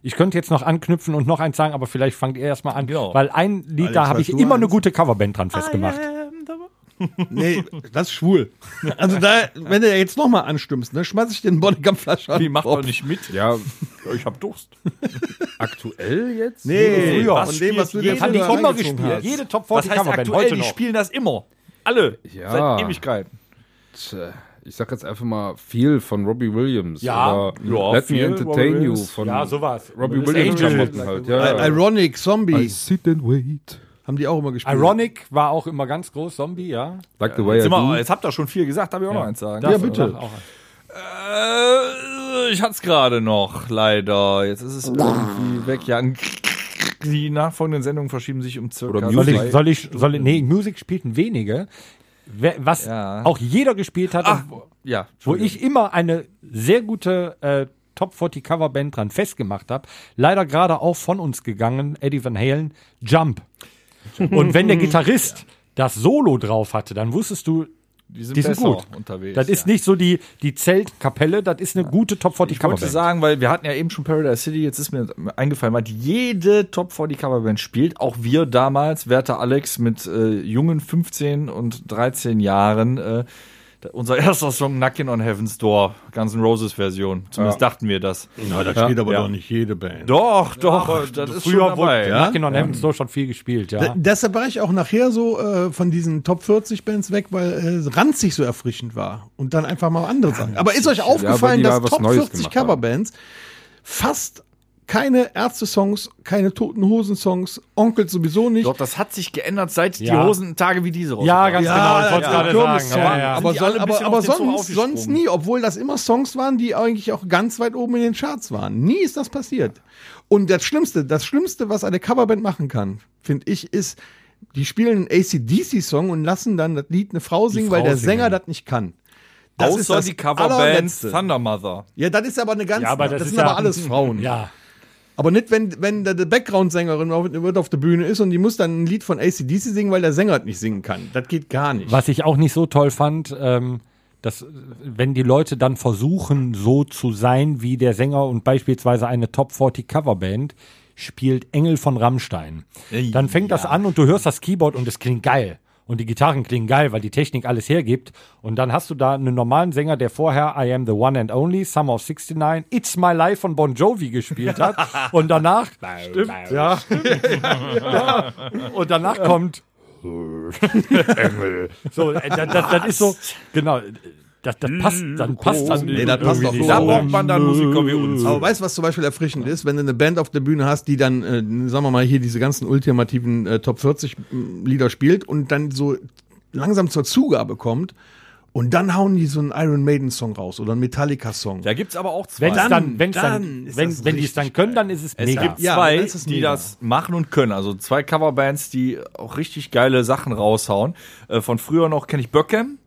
[SPEAKER 4] Ich könnte jetzt noch anknüpfen und noch eins sagen, aber vielleicht fangt ihr erstmal an,
[SPEAKER 3] Genau.
[SPEAKER 4] weil ein Lied, da
[SPEAKER 5] Alex,
[SPEAKER 4] habe
[SPEAKER 5] weißt
[SPEAKER 4] ich
[SPEAKER 5] du
[SPEAKER 4] immer eine
[SPEAKER 5] eins?
[SPEAKER 4] gute Coverband dran festgemacht.
[SPEAKER 5] Nee, das ist schwul. Also da, wenn du jetzt nochmal anstimmst, ne, schmeiß ich den Bodyguard-Flasche an.
[SPEAKER 3] Wie macht doch
[SPEAKER 5] Kopf.
[SPEAKER 3] nicht mit?
[SPEAKER 9] Ja,
[SPEAKER 3] Ich hab Durst.
[SPEAKER 9] aktuell jetzt?
[SPEAKER 5] Nee,
[SPEAKER 3] Früher.
[SPEAKER 5] von dem, was du dir
[SPEAKER 3] Jeder-
[SPEAKER 4] Hat die
[SPEAKER 5] früher
[SPEAKER 4] immer
[SPEAKER 5] reingezogen
[SPEAKER 4] gespielt.
[SPEAKER 5] hast.
[SPEAKER 4] Jede Top
[SPEAKER 3] Was
[SPEAKER 4] 40
[SPEAKER 3] heißt
[SPEAKER 4] Coverband
[SPEAKER 3] aktuell?
[SPEAKER 4] heute
[SPEAKER 3] Die
[SPEAKER 4] noch.
[SPEAKER 3] spielen das immer. Alle.
[SPEAKER 9] Ja.
[SPEAKER 3] Seit Ewigkeiten.
[SPEAKER 9] Ich sag jetzt einfach mal viel von Robbie Williams.
[SPEAKER 4] Ja,
[SPEAKER 9] oder
[SPEAKER 3] ja,
[SPEAKER 9] Let
[SPEAKER 3] viel
[SPEAKER 9] Me Entertain
[SPEAKER 3] Robbie
[SPEAKER 9] You
[SPEAKER 3] Williams.
[SPEAKER 9] von
[SPEAKER 4] Ja, sowas.
[SPEAKER 9] Robbie
[SPEAKER 3] Melissa
[SPEAKER 9] Williams
[SPEAKER 3] Angel.
[SPEAKER 9] Klamotten halt. Ja, ja.
[SPEAKER 5] Ironic Zombie
[SPEAKER 9] I sit and wait.
[SPEAKER 5] haben die auch immer gespielt.
[SPEAKER 4] Ironic war auch immer ganz groß, Zombie, ja.
[SPEAKER 9] Like the way I
[SPEAKER 3] Jetzt, sind wir,
[SPEAKER 9] do.
[SPEAKER 3] jetzt habt ihr schon viel gesagt, darf ich auch noch eins sagen?
[SPEAKER 4] Das-
[SPEAKER 5] bitte.
[SPEAKER 4] das auch.
[SPEAKER 3] Äh, ich hatte es gerade noch, leider. Jetzt ist es irgendwie weg. Ja, die nachfolgenden Sendungen verschieben sich um circa
[SPEAKER 9] Oder
[SPEAKER 4] Soll
[SPEAKER 9] Music.
[SPEAKER 3] zwei-
[SPEAKER 4] ich, soll ich, soll ich, nee, Music spielten wenige. Wer- Was
[SPEAKER 3] Ja.
[SPEAKER 4] auch jeder gespielt hat,
[SPEAKER 3] Ach,
[SPEAKER 4] und wo-
[SPEAKER 3] ja.
[SPEAKER 4] wo ich immer eine sehr gute äh, Top 40 Coverband dran festgemacht habe. Leider gerade auch von uns gegangen, Eddie Van Halen, Jump.
[SPEAKER 3] *laughs*
[SPEAKER 4] Und wenn der Gitarrist das Solo drauf hatte, dann wusstest du,
[SPEAKER 3] die sind,
[SPEAKER 4] die sind
[SPEAKER 3] besser
[SPEAKER 4] gut.
[SPEAKER 3] unterwegs.
[SPEAKER 4] das ist
[SPEAKER 3] ja.
[SPEAKER 4] nicht so die, die Zeltkapelle, das ist eine gute Top 40
[SPEAKER 3] Ich wollte
[SPEAKER 4] Coverband.
[SPEAKER 3] sagen, weil wir hatten ja eben schon Paradise City, jetzt ist mir eingefallen, weil jede Top 40 Coverband spielt, auch wir damals, werter Alex, mit äh, jungen 15 und 13 Jahren, äh, da- unser *laughs* erster Song Knockin' on Heaven's Door, Guns N' Roses Version. Zumindest dachten wir das.
[SPEAKER 5] Na, da steht aber doch nicht jede Band.
[SPEAKER 3] Doch, doch, das ist schon
[SPEAKER 4] Früher
[SPEAKER 3] dabei.
[SPEAKER 4] wurde
[SPEAKER 5] ja?
[SPEAKER 4] Knockin' on Heaven's Door schon viel gespielt,
[SPEAKER 5] D-
[SPEAKER 4] ja.
[SPEAKER 5] Deshalb war ich auch nachher so äh, von diesen Top 40 Bands weg, weil äh, Ranzig so erfrischend war und dann einfach mal andere Sachen. Aber ist euch aufgefallen,
[SPEAKER 9] die mal
[SPEAKER 5] dass
[SPEAKER 9] was
[SPEAKER 5] Top
[SPEAKER 9] Neues
[SPEAKER 5] 40
[SPEAKER 9] gemacht haben?
[SPEAKER 5] Coverbands fast keine Ärzte-Songs, keine Toten Hosen-Songs, Onkel sowieso nicht.
[SPEAKER 3] Doch, das hat sich geändert seit
[SPEAKER 4] Ja.
[SPEAKER 3] die Hosen Tage wie diese
[SPEAKER 4] Ja,
[SPEAKER 3] rausgekommen
[SPEAKER 4] ganz
[SPEAKER 5] Ja,
[SPEAKER 4] genau, ich
[SPEAKER 5] ja,
[SPEAKER 4] wollte
[SPEAKER 5] ja,
[SPEAKER 4] gerade
[SPEAKER 5] Kirmes,
[SPEAKER 4] sagen. Ja, ja.
[SPEAKER 5] Aber,
[SPEAKER 3] Die alle
[SPEAKER 5] son
[SPEAKER 3] ein bisschen
[SPEAKER 5] aber, aber
[SPEAKER 3] auf den Zug
[SPEAKER 5] sonst,
[SPEAKER 3] aufgesprungen.
[SPEAKER 5] sonst nie, obwohl das immer Songs waren, die eigentlich auch ganz weit oben in den Charts waren. Nie ist das passiert. Und das Schlimmste, das Schlimmste, was eine Coverband machen kann, finde ich, ist, die spielen einen ACDC-Song und lassen dann das Lied eine Frau singen,
[SPEAKER 4] Frau
[SPEAKER 5] weil der
[SPEAKER 4] singen.
[SPEAKER 5] Sänger das nicht kann. Das ist
[SPEAKER 3] Außer
[SPEAKER 5] das
[SPEAKER 3] die Coverband
[SPEAKER 5] allerletzte.
[SPEAKER 3] Thunder Mother.
[SPEAKER 5] Ja, das ist aber eine ganz,
[SPEAKER 4] Ja, aber
[SPEAKER 5] das,
[SPEAKER 4] das ist
[SPEAKER 5] sind aber
[SPEAKER 4] ja-
[SPEAKER 5] alles Frauen.
[SPEAKER 4] Ja,
[SPEAKER 5] Aber nicht, wenn, wenn da die Background-Sängerin auf, wird auf der Bühne ist und die muss dann ein Lied von ACDC singen, weil der Sänger das nicht singen kann. Das geht gar nicht.
[SPEAKER 4] was ich auch nicht so toll fand, ähm, dass äh, wenn die Leute dann versuchen, so zu sein wie der Sänger und beispielsweise eine Top 40 Coverband spielt Engel von Rammstein. Dann fängt das an und du hörst das Keyboard und es klingt geil. Und die Gitarren klingen geil, weil die Technik alles hergibt. Und dann hast du da einen normalen Sänger, der vorher I Am the One and Only, Summer of 69, It's My Life von Bon Jovi gespielt hat. und danach, stimmt, ja. ja. Und danach
[SPEAKER 5] *laughs*
[SPEAKER 4] kommt so, äh, das, das, das ist so, genau, äh, das, das passt, dann passt das
[SPEAKER 5] Nee, das passt doch
[SPEAKER 4] irgendwie
[SPEAKER 5] so.
[SPEAKER 3] Da
[SPEAKER 4] nicht.
[SPEAKER 3] braucht man dann Musiker wie uns.
[SPEAKER 5] Aber weißt du, was zum Beispiel erfrischend ist? Wenn du eine Band auf der Bühne hast, die dann, äh, sagen wir mal, hier diese ganzen ultimativen äh, Top 40 m, Lieder spielt und dann so langsam zur Zugabe kommt und dann hauen die so einen Iron Maiden Song raus oder einen Metallica Song.
[SPEAKER 3] Da gibt's aber auch zwei.
[SPEAKER 4] Wenn's dann, wenn's
[SPEAKER 5] dann
[SPEAKER 4] dann,
[SPEAKER 5] ist das
[SPEAKER 4] wenn, wenn die es dann können, dann ist es,
[SPEAKER 3] Es
[SPEAKER 4] mega.
[SPEAKER 3] gibt
[SPEAKER 5] Ja,
[SPEAKER 3] zwei,
[SPEAKER 5] dann ist es
[SPEAKER 3] die
[SPEAKER 5] mega.
[SPEAKER 3] das machen und können. Also zwei Coverbands, die auch richtig geile Sachen raushauen. Äh, Von früher noch kenne ich Böckham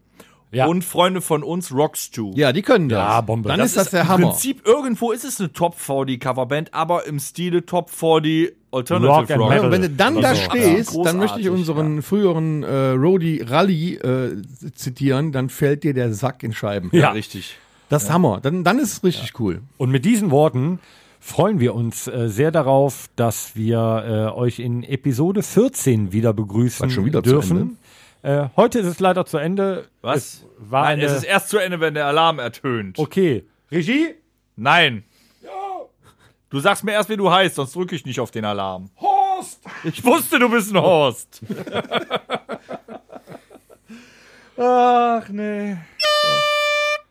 [SPEAKER 4] Ja.
[SPEAKER 3] und Freunde von uns Rocks 2.
[SPEAKER 5] Ja, die können das.
[SPEAKER 4] Ja, Bombe.
[SPEAKER 5] Dann
[SPEAKER 4] Das
[SPEAKER 5] ist das der
[SPEAKER 3] Im
[SPEAKER 5] Hammer.
[SPEAKER 3] Prinzip irgendwo ist es eine Top 40 Coverband, aber im Stile Top 40 Alternative
[SPEAKER 4] Rock and
[SPEAKER 5] Ja, und
[SPEAKER 4] Metal.
[SPEAKER 5] wenn du dann da
[SPEAKER 4] Also,
[SPEAKER 5] stehst,
[SPEAKER 3] ja.
[SPEAKER 5] dann möchte ich
[SPEAKER 3] Großartig,
[SPEAKER 5] unseren früheren äh, Rody Rally äh, zitieren, dann fällt dir der Sack in Scheiben.
[SPEAKER 3] Ja,
[SPEAKER 4] Ja.
[SPEAKER 3] richtig.
[SPEAKER 5] Das ist Hammer. Dann, dann ist es richtig cool.
[SPEAKER 4] Und mit diesen Worten freuen wir uns äh, sehr darauf, dass wir äh, euch in Episode 14 wieder begrüßen
[SPEAKER 5] Was, schon wieder zu
[SPEAKER 4] dürfen. Äh, heute ist es leider zu Ende.
[SPEAKER 3] Was?
[SPEAKER 4] Es war
[SPEAKER 3] Nein,
[SPEAKER 4] eine,
[SPEAKER 3] es ist erst zu Ende, wenn der Alarm ertönt.
[SPEAKER 4] okay. Regie?
[SPEAKER 3] Nein. Du sagst mir erst, wie du heißt, sonst drücke ich nicht auf den Alarm. Horst! Ich wusste, du bist ein Horst. *laughs* Ach, nee.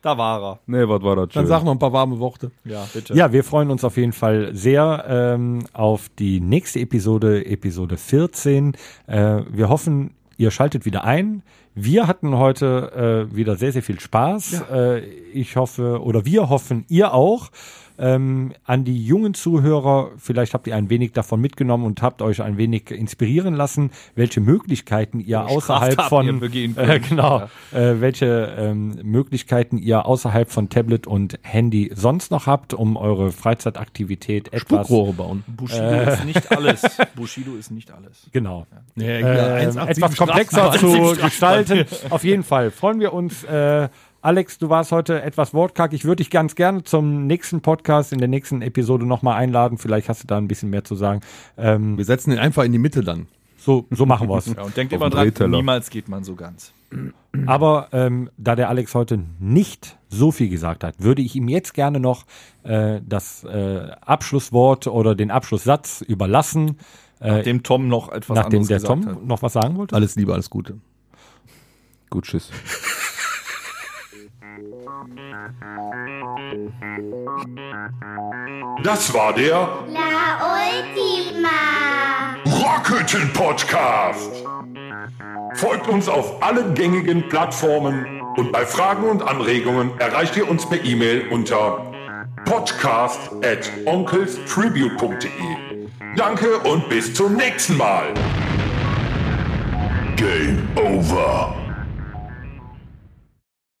[SPEAKER 3] Da war
[SPEAKER 9] Nee, was war das?
[SPEAKER 5] Dann
[SPEAKER 9] schön.
[SPEAKER 5] sag noch ein paar warme Worte.
[SPEAKER 3] er. Ja, bitte.
[SPEAKER 4] Ja, wir freuen uns auf jeden Fall sehr ähm, auf die nächste Episode, Episode 14. Äh, wir hoffen, ihr schaltet wieder ein. Wir hatten heute äh, wieder sehr, sehr viel Spaß. Äh, ich hoffe, oder wir hoffen, ihr auch. Ähm, an die jungen Zuhörer, vielleicht habt ihr ein wenig davon mitgenommen und habt euch ein wenig inspirieren lassen, welche Möglichkeiten ihr außerhalb
[SPEAKER 3] Straftaten
[SPEAKER 4] von
[SPEAKER 3] ihr
[SPEAKER 4] *laughs*
[SPEAKER 3] begehen
[SPEAKER 4] äh,
[SPEAKER 3] könnt.
[SPEAKER 4] genau, äh, welche ähm, Möglichkeiten ihr außerhalb von Tablet und Handy sonst noch habt, um eure Freizeitaktivität etwas
[SPEAKER 5] bauen.
[SPEAKER 3] Bushido ist nicht alles. Bushido ist nicht alles.
[SPEAKER 4] genau
[SPEAKER 5] Ja,
[SPEAKER 4] äh, etwas komplexer zu gestalten. Auf jeden Fall freuen wir uns. Äh, Alex, du warst heute etwas wortkarg. Ich würde dich ganz gerne zum nächsten Podcast in der nächsten Episode nochmal einladen. Vielleicht hast du da ein bisschen mehr zu sagen. Ähm,
[SPEAKER 5] Wir setzen ihn einfach in die Mitte dann.
[SPEAKER 4] so, so machen wir es.
[SPEAKER 3] Ja, und denkt
[SPEAKER 9] Auf
[SPEAKER 3] immer
[SPEAKER 9] dem
[SPEAKER 3] dran,
[SPEAKER 9] Drehteller.
[SPEAKER 3] niemals geht man so ganz.
[SPEAKER 4] Aber ähm, da der Alex heute nicht so viel gesagt hat, würde ich ihm jetzt gerne noch äh, das äh, Abschlusswort oder den Abschlusssatz überlassen,
[SPEAKER 3] Dem Tom noch etwas
[SPEAKER 4] nachdem
[SPEAKER 3] anderes
[SPEAKER 4] der
[SPEAKER 3] gesagt
[SPEAKER 4] Tom
[SPEAKER 3] hat.
[SPEAKER 4] noch was sagen wollte.
[SPEAKER 5] Alles Liebe, alles Gute.
[SPEAKER 9] Gut, tschüss.
[SPEAKER 1] Das war der
[SPEAKER 2] La última.
[SPEAKER 1] Rockhütten Podcast. Folgt uns auf allen gängigen Plattformen und bei Fragen und Anregungen erreicht ihr uns per E-Mail unter podcast at onkelstribute.de. Danke und bis zum nächsten Mal. Game over.